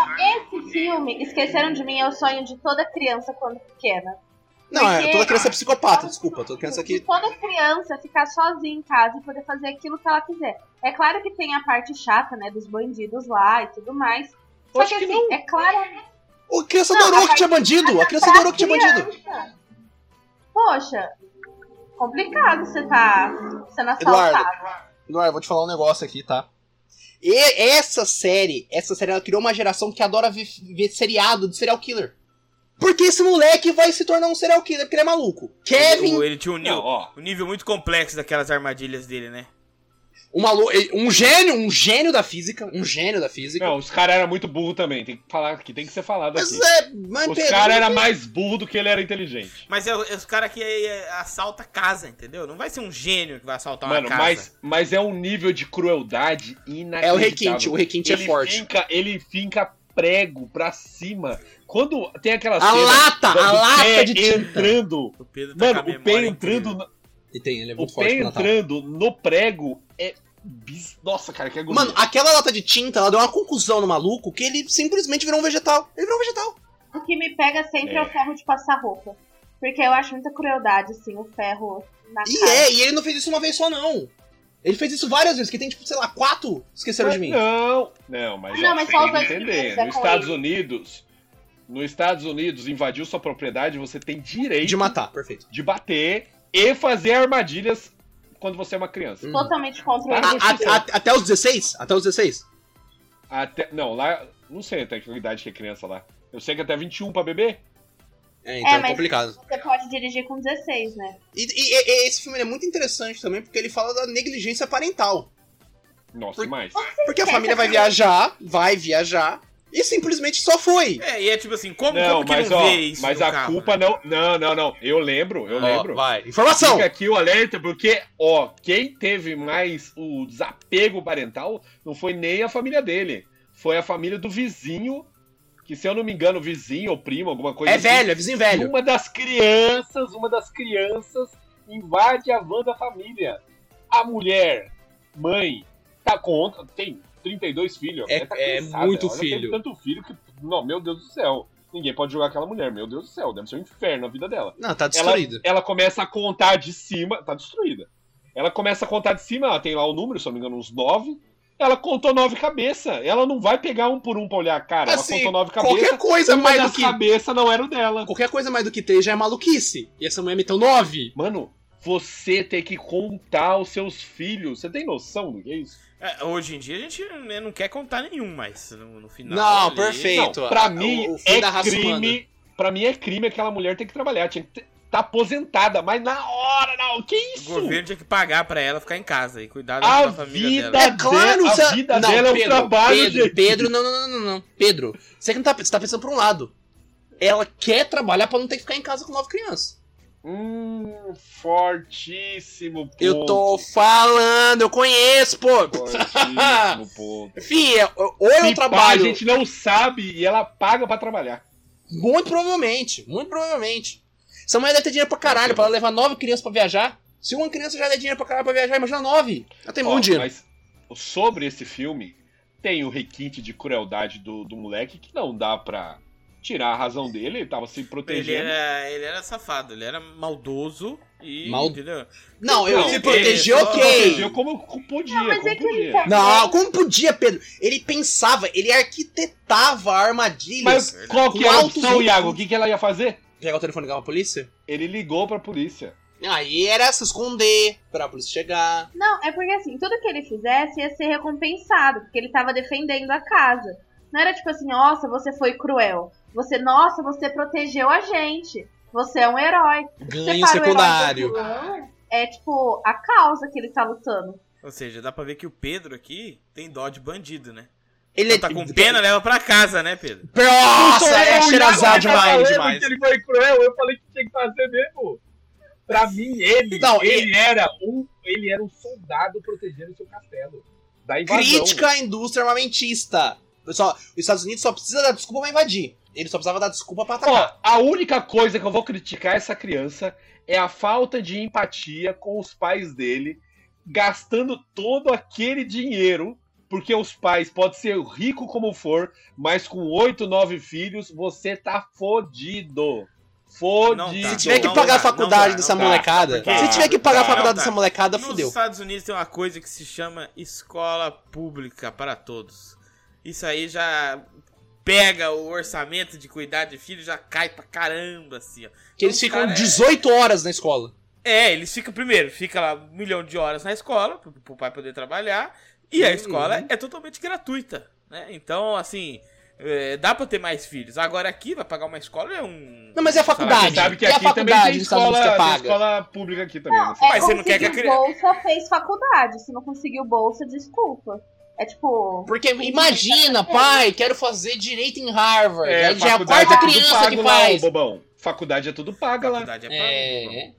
Speaker 4: Esse filme, Esqueceram de Mim, é o sonho de toda criança quando pequena.
Speaker 2: Não, é,
Speaker 4: Porque-
Speaker 2: toda criança é psicopata, desculpa. Toda criança
Speaker 4: De
Speaker 2: aqui.
Speaker 4: toda criança ficar sozinha em casa e poder fazer aquilo que ela quiser. É claro que tem a parte chata, né, dos bandidos lá e tudo mais. Só
Speaker 3: Acho
Speaker 4: que
Speaker 3: que
Speaker 4: assim,
Speaker 3: não.
Speaker 4: é claro
Speaker 2: Ô, a criança
Speaker 4: Não,
Speaker 2: adorou que
Speaker 4: rapaz,
Speaker 2: tinha bandido! A criança
Speaker 4: pra
Speaker 2: adorou que tinha bandido!
Speaker 4: criança. Poxa, complicado você tá sendo assaltado.
Speaker 2: Eduardo, eu vou te falar um negócio aqui, tá? E essa série, essa série, ela criou uma geração que adora ver, ver seriado de serial killer. Porque esse moleque vai se tornar um serial killer, porque ele é maluco. Kevin,
Speaker 1: Ele, ele tinha um nível,
Speaker 3: Não, ó.
Speaker 1: um nível muito complexo daquelas armadilhas dele, né?
Speaker 2: um, malu um gênio, um gênio da física, um gênio da física.
Speaker 3: Não, os caras eram muito burro também. Tem que falar aqui, tem que ser falado
Speaker 2: mas
Speaker 3: aqui.
Speaker 2: é, mas
Speaker 3: Os
Speaker 2: Pedro,
Speaker 3: caras eram mais burro do que ele era inteligente.
Speaker 1: Mas é, é os caras que é, é, assalta casa, entendeu? Não vai ser um gênio que vai assaltar uma
Speaker 3: Mano,
Speaker 1: casa.
Speaker 3: mas, mas é um nível de crueldade inacreditável.
Speaker 2: É o requinte, o requinte é
Speaker 3: Ele
Speaker 2: forte.
Speaker 3: finca- ele finca prego pra cima. Quando tem aquela
Speaker 2: A lata,
Speaker 3: do-
Speaker 2: a
Speaker 3: do
Speaker 2: lata
Speaker 3: pé
Speaker 2: de tinta.
Speaker 3: entrando.
Speaker 1: O Pedro tá
Speaker 3: Mano,
Speaker 1: com a
Speaker 3: o pé
Speaker 1: memória
Speaker 3: entrando,
Speaker 1: incrível.
Speaker 3: no-
Speaker 2: E tem, ele é
Speaker 3: o
Speaker 2: muito
Speaker 3: pé
Speaker 2: forte pro Natal.
Speaker 3: entrando no prego é bis- nossa, cara, que agonia.
Speaker 2: Mano, aquela lata de tinta, ela deu uma conclusão no maluco que ele simplesmente virou um vegetal. Ele virou um vegetal.
Speaker 4: O que me pega sempre é. o ferro de passar roupa. Porque eu acho muita crueldade, assim, o ferro na
Speaker 2: E
Speaker 4: cara.
Speaker 2: é, e ele não fez isso uma vez só, não. Ele fez isso várias vezes, que tem, tipo, sei lá, quatro esqueceram
Speaker 3: Mas
Speaker 2: de mim.
Speaker 3: Não, não, mas,
Speaker 4: Não,
Speaker 3: ó,
Speaker 4: mas
Speaker 3: você
Speaker 4: só
Speaker 3: tem
Speaker 4: os
Speaker 3: que
Speaker 4: dois primeiros
Speaker 3: entender.
Speaker 4: é
Speaker 3: Nos
Speaker 4: com
Speaker 3: Estados
Speaker 4: ele.
Speaker 3: Unidos, nos Estados Unidos, invadiu sua propriedade, você tem direito
Speaker 2: De matar, perfeito.
Speaker 3: de bater e fazer armadilhas quando você é uma criança.
Speaker 2: Hum.
Speaker 4: Totalmente contra o
Speaker 2: A-
Speaker 3: Ah,
Speaker 2: a- a- até os 16? Até os 16?
Speaker 3: Até, não, lá, não sei até que idade que é criança lá. Eu sei que até 21 pra beber.
Speaker 2: É, então é,
Speaker 4: mas-
Speaker 2: complicado.
Speaker 4: Você pode dirigir com 16, né?
Speaker 2: E, e- e esse filme ele é muito interessante também, porque ele fala da negligência parental.
Speaker 3: Nossa,
Speaker 2: Por-
Speaker 3: demais.
Speaker 2: Porque a família vai viajar, vai viajar, e simplesmente só foi.
Speaker 1: É, e é tipo assim, como,
Speaker 3: Não,
Speaker 1: como que
Speaker 3: mas
Speaker 1: não
Speaker 3: ó,
Speaker 1: vê isso
Speaker 3: mas
Speaker 1: no
Speaker 3: a
Speaker 1: carro,
Speaker 3: culpa
Speaker 1: né?
Speaker 3: não. Não, não, não. Eu lembro, eu
Speaker 2: Ó,
Speaker 3: lembro. é
Speaker 2: vai. Informação!
Speaker 3: Fica aqui o alerta, porque, ó, quem teve mais o desapego parental não foi nem a família dele. Foi a família do vizinho, que se eu não me engano, vizinho ou primo, alguma coisa assim,
Speaker 2: É velho, é vizinho velho.
Speaker 3: Uma das crianças, uma das crianças invade a van da família. A mulher, mãe, tá conta, tem 32 filhos.
Speaker 2: É-
Speaker 3: a mulher tá
Speaker 2: é
Speaker 3: cansada,
Speaker 2: muito
Speaker 3: ela já teve
Speaker 2: filho.
Speaker 3: tanto filho que, não, meu Deus do céu. Ninguém pode jogar aquela mulher, meu Deus do céu, deve ser um inferno a vida dela.
Speaker 2: Não, tá
Speaker 3: Ela,
Speaker 2: destruído.
Speaker 3: ela começa a contar de cima, tá destruída. Ela começa a contar de cima, ela tem lá o número, se eu não me engano, uns nove. Ela contou nove cabeça. Ela não vai pegar um por um pra olhar a cara.
Speaker 2: Assim,
Speaker 3: ela contou nove
Speaker 2: Qualquer
Speaker 3: cabeça.
Speaker 2: coisa
Speaker 3: Uma
Speaker 2: mais do
Speaker 3: das
Speaker 2: que.
Speaker 3: cabeça não era o dela.
Speaker 2: Qualquer coisa mais do que três já é maluquice. E essa mulher meteu nove.
Speaker 3: Mano, você tem que contar os seus filhos. Você tem noção do que é isso?
Speaker 1: É, hoje em dia a gente né, não quer contar nenhum, mas no, no final.
Speaker 2: Não,
Speaker 1: ali-
Speaker 2: perfeito. Feito,
Speaker 3: Não, pra
Speaker 2: a-
Speaker 3: mim
Speaker 2: o- o fim
Speaker 3: é
Speaker 2: da raça humana.
Speaker 3: crime. Pra mim é crime aquela mulher ter que trabalhar. Tinha que estar aposentada, mas na hora, não. Que
Speaker 1: O
Speaker 3: isso?
Speaker 1: governo tinha que pagar pra ela ficar em casa e cuidar da
Speaker 3: A
Speaker 1: da família
Speaker 3: vida
Speaker 1: dela.
Speaker 2: É claro,
Speaker 3: Tá a
Speaker 2: você-
Speaker 3: vida dela é um trabalho,
Speaker 2: Pedro,
Speaker 3: gente.
Speaker 2: Pedro, não, não, não, não, não. Pedro, você que não tá, você tá pensando por um lado. Ela quer trabalhar pra não ter que ficar em casa com nove crianças.
Speaker 3: Hum, fortíssimo ponto.
Speaker 2: Eu tô falando, eu conheço, pô.
Speaker 3: Fortíssimo ponto.
Speaker 2: Fia, ou eu
Speaker 3: Se pá,
Speaker 2: trabalho.
Speaker 3: a gente não sabe e ela paga pra trabalhar.
Speaker 2: Muito provavelmente, muito provavelmente. Essa mulher deve ter dinheiro pra caralho, pra ela levar nove crianças pra viajar. Se uma criança já der dinheiro pra caralho pra viajar, imagina nove. Ela tem
Speaker 3: Ó,
Speaker 2: muito dinheiro.
Speaker 3: Mas sobre esse filme, tem o requinte de crueldade do, do moleque que não dá pra tirar a razão dele, ele tava se
Speaker 2: é
Speaker 1: Ele é-
Speaker 3: protegendo.
Speaker 1: era, ele era safado, ele era maldoso e.
Speaker 2: Mal-
Speaker 1: Entendeu?
Speaker 2: Não, eu
Speaker 3: Não,
Speaker 2: se
Speaker 1: ele
Speaker 2: proteger,
Speaker 1: só
Speaker 2: ok.
Speaker 3: Protegeu como, como podia,
Speaker 4: Não, mas
Speaker 3: como
Speaker 4: é que ele
Speaker 3: podia.
Speaker 4: tá-
Speaker 2: Não, como podia, Pedro? Ele pensava, ele arquitetava armadilhas.
Speaker 3: Mas qual que
Speaker 2: Com
Speaker 3: era a
Speaker 2: altos
Speaker 3: opção,
Speaker 2: riscos.
Speaker 3: Iago? O que, que ela ia fazer?
Speaker 2: Pegar o telefone e ligar pra polícia?
Speaker 3: Ele ligou pra polícia.
Speaker 2: Aí era se esconder, pra polícia chegar.
Speaker 4: Não, é porque assim, tudo que ele fizesse ia ser recompensado, porque ele tava defendendo a casa. Não era tipo assim, nossa, você foi cruel. Você, nossa, você protegeu a gente. Você é um herói.
Speaker 2: Ganho
Speaker 4: Separa o herói do
Speaker 2: secundário.
Speaker 4: vilão, É tipo a causa que ele tá lutando.
Speaker 1: Ou seja, dá pra ver que o Pedro aqui tem dó de bandido, né?
Speaker 2: Ele é
Speaker 1: Então tá com pena, leva pra casa, né, Pedro?
Speaker 2: Nossa,
Speaker 3: Então,
Speaker 2: é
Speaker 3: eu-
Speaker 2: cheirazar
Speaker 3: eu- eu- eu- eu-
Speaker 2: demais,
Speaker 3: eu- eu-
Speaker 1: então,
Speaker 2: demais.
Speaker 3: que Ele foi cruel, eu falei que tinha que fazer mesmo. Pra mim, ele,
Speaker 2: Não,
Speaker 3: ele, era um, ele era um soldado protegendo seu castelo. Da
Speaker 1: então.
Speaker 3: invasão.
Speaker 2: Crítica à indústria armamentista. Pessoal, os Estados Unidos só precisa dar desculpa pra invadir. Ele só precisava dar desculpa pra atacar.
Speaker 3: Ó, a única coisa que eu vou criticar essa criança é a falta de empatia com os pais dele, gastando todo aquele dinheiro, porque os pais podem ser rico como for, mas com oito, nove filhos, você tá fodido.
Speaker 1: Não
Speaker 3: Fodido.
Speaker 1: tá.
Speaker 2: tá se tiver que
Speaker 1: não
Speaker 2: pagar a
Speaker 1: dá, não
Speaker 2: faculdade
Speaker 1: dá,
Speaker 2: dessa
Speaker 1: não dá.
Speaker 2: molecada,
Speaker 1: Porque-
Speaker 2: se tiver que pagar a
Speaker 1: Não
Speaker 2: faculdade
Speaker 1: dá.
Speaker 2: dessa molecada,
Speaker 1: Nos
Speaker 2: fudeu.
Speaker 1: Estados Unidos tem uma coisa que se chama escola pública para todos. Isso aí já pega o orçamento de cuidar de filho, já cai pra caramba, assim, ó.
Speaker 2: Que eles
Speaker 1: Os
Speaker 2: ficam
Speaker 1: cara é-
Speaker 2: 18 horas na escola.
Speaker 1: É, eles ficam primeiro, fica lá um milhão de horas na escola, pro, pro pai poder trabalhar, e a
Speaker 2: Uhum.
Speaker 1: escola é totalmente gratuita, né? Então, assim, é, dá pra ter mais filhos. Agora aqui vai pagar uma escola, é um.
Speaker 2: Não, mas é a
Speaker 1: salário
Speaker 2: faculdade.
Speaker 3: Ah, Você sabe que
Speaker 2: E a
Speaker 3: aqui também
Speaker 2: faculdade
Speaker 3: tem
Speaker 2: nos Estados
Speaker 3: escola,
Speaker 2: Unidos que é
Speaker 3: tem
Speaker 2: paga?
Speaker 3: escola pública aqui também. né?
Speaker 4: é
Speaker 1: Mas você não quer que a
Speaker 4: conseguiu
Speaker 1: criança-
Speaker 4: bolsa, fez faculdade. Se não conseguiu bolsa, desculpa. É tipo.
Speaker 2: Porque imagina, pai, quero fazer direito em Harvard. Aí já é a
Speaker 3: faculdade
Speaker 2: quarta
Speaker 3: tudo
Speaker 2: criança que
Speaker 3: pago lá, ô,
Speaker 2: faz.
Speaker 3: bobão. Faculdade é tudo paga lá.
Speaker 1: Faculdade é paga.
Speaker 2: É.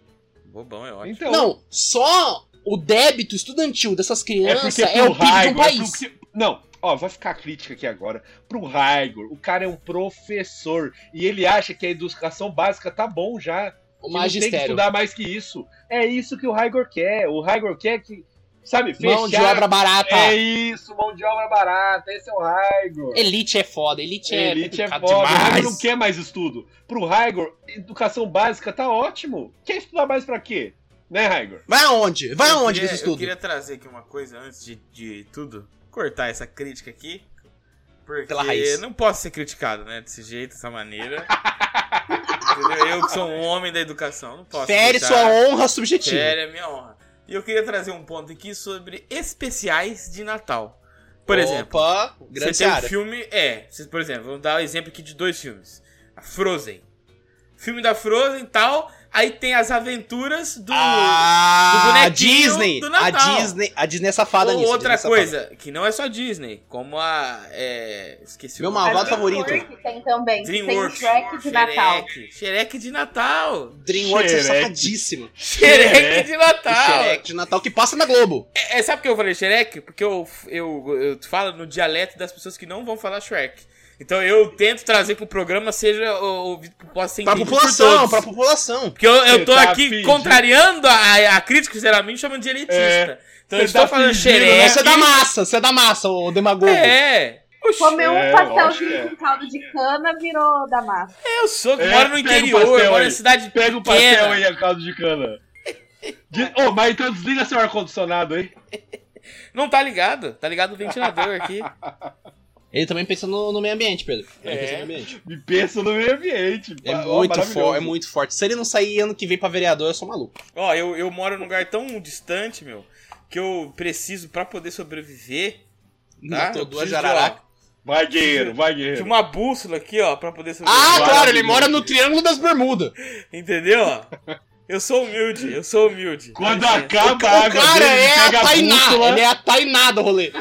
Speaker 1: Bobão é ótimo.
Speaker 3: Então,
Speaker 2: Não, só o débito estudantil dessas
Speaker 3: é
Speaker 2: crianças
Speaker 3: porque
Speaker 2: é,
Speaker 3: pro
Speaker 2: o PIB do
Speaker 3: Raigor, é
Speaker 2: país.
Speaker 3: porque- Não, ó, vai ficar a crítica aqui agora. Pro Raigor, o cara é um professor e ele acha que a educação básica tá bom já. que
Speaker 2: O
Speaker 3: não tem que
Speaker 2: magistério.
Speaker 3: estudar mais que isso. É isso que o Raigor quer. O Raigor quer que, sabe, fechar...
Speaker 2: Mão de obra barata.
Speaker 3: É isso, mão de obra barata. Esse é o Raigor.
Speaker 2: Elite é foda, elite é
Speaker 3: Elite é
Speaker 2: complicado
Speaker 3: foda. O Raigor
Speaker 2: demais.
Speaker 3: não quer mais estudo. Pro Raigor, educação básica tá ótimo. Quer estudar mais pra quê? Né, Raigor?
Speaker 2: Vai aonde? Vai
Speaker 1: Eu
Speaker 2: aonde
Speaker 1: queria-
Speaker 2: nesse
Speaker 1: Eu
Speaker 2: estudo?
Speaker 1: queria trazer aqui uma coisa antes de, de tudo, cortar essa crítica aqui. Porque
Speaker 2: Pela raiz.
Speaker 1: não posso ser criticado, né? Desse jeito, dessa maneira. Entendeu? Eu que sou um homem da educação, não posso.
Speaker 2: Fere
Speaker 1: deixar-
Speaker 2: sua honra subjetiva.
Speaker 1: Sério, é minha honra. E eu queria trazer um ponto aqui sobre especiais de Natal. Por exemplo,
Speaker 2: Opa, grande
Speaker 1: você tem um
Speaker 2: seara.
Speaker 1: filme. É, você- por exemplo, vamos dar um exemplo aqui de dois filmes: a Frozen. Filme da Frozen e tal. Aí tem as aventuras do. do
Speaker 2: Ah, a
Speaker 1: bonequinho
Speaker 2: Disney,
Speaker 1: do
Speaker 2: a
Speaker 1: Natal.
Speaker 2: Disney, a Disney é safada
Speaker 1: Ou
Speaker 2: nisso. a
Speaker 1: outra
Speaker 2: Disney é safada.
Speaker 1: coisa, que não é só Disney, como a. é, esqueci
Speaker 2: Meu
Speaker 1: o nome.
Speaker 2: malvado
Speaker 1: da-
Speaker 2: favorito.
Speaker 4: Dreamworks Tem também.
Speaker 1: Dreamworks.
Speaker 4: Tem Shrek de Natal.
Speaker 1: Shrek. Shrek de Natal.
Speaker 2: DreamWorks é
Speaker 3: Xereque.
Speaker 2: safadíssima.
Speaker 1: Shrek de Natal.
Speaker 2: Xereque de Natal que passa na Globo.
Speaker 1: É, sabe por que eu falei Shrek? Porque eu, eu, eu falo no dialeto das pessoas que não vão falar Shrek. Então eu tento trazer que o programa seja ouvido, possa ser
Speaker 2: Pra
Speaker 1: entendido por
Speaker 2: população,
Speaker 1: todos.
Speaker 2: pra população.
Speaker 1: Porque eu, eu
Speaker 3: Você
Speaker 1: tô
Speaker 3: tá
Speaker 1: aqui
Speaker 3: fingindo.
Speaker 1: contrariando a, a crítica que geralmente chamam de elitista.
Speaker 3: É.
Speaker 1: Então eu
Speaker 3: Você
Speaker 1: estou
Speaker 3: tá
Speaker 1: falando
Speaker 3: fingindo,
Speaker 1: Shrek.
Speaker 3: né?
Speaker 2: Você é da massa, você é da massa, ô demagogo.
Speaker 1: É. Oxe,
Speaker 4: Comeu um
Speaker 3: É,
Speaker 4: pastelzinho
Speaker 3: lógico, é.
Speaker 4: com caldo de cana, virou da massa.
Speaker 1: eu sou, que
Speaker 3: É,
Speaker 1: moro no
Speaker 3: pega o
Speaker 1: interior,
Speaker 3: pastel
Speaker 1: moro
Speaker 3: aí.
Speaker 1: na cidade
Speaker 3: Pega o pastel
Speaker 1: pequena.
Speaker 3: aí, a caldo de cana. De... Ô, mas então desliga seu ar-condicionado aí.
Speaker 1: Não tá ligado, tá ligado o ventilador aqui.
Speaker 2: Ele também pensa no, no meio ambiente, Pedro. Ele
Speaker 1: É.
Speaker 2: pensa no meio ambiente.
Speaker 3: E pensa no meio ambiente.
Speaker 2: É
Speaker 3: Ó,
Speaker 2: muito
Speaker 3: maravilhoso.
Speaker 2: forte, é muito forte. Se ele não sair ano que vem pra vereador, eu sou maluco.
Speaker 1: Ó, eu, eu moro num lugar tão distante, meu, que eu preciso, pra poder sobreviver, tá?
Speaker 2: Matou
Speaker 1: Eu
Speaker 2: duas
Speaker 1: preciso de,
Speaker 2: jararaca.
Speaker 1: ó,
Speaker 3: Vai, guerreiro, vai,
Speaker 1: De
Speaker 2: Tipo,
Speaker 3: guerreiro.
Speaker 1: uma bússola aqui, ó, pra poder
Speaker 2: Ah,
Speaker 1: sobreviver.
Speaker 3: Maravilhoso.
Speaker 2: claro, ele mora no Triângulo das Bermudas.
Speaker 3: tá.
Speaker 1: Entendeu? ó? Eu sou humilde, eu sou humilde.
Speaker 3: Quando acaba a
Speaker 2: o
Speaker 3: água
Speaker 2: cara
Speaker 3: dele,
Speaker 2: é
Speaker 3: ele
Speaker 2: a
Speaker 3: pega a
Speaker 2: Tainá.
Speaker 3: tá, bússola.
Speaker 2: Ele é a Tainá do rolê.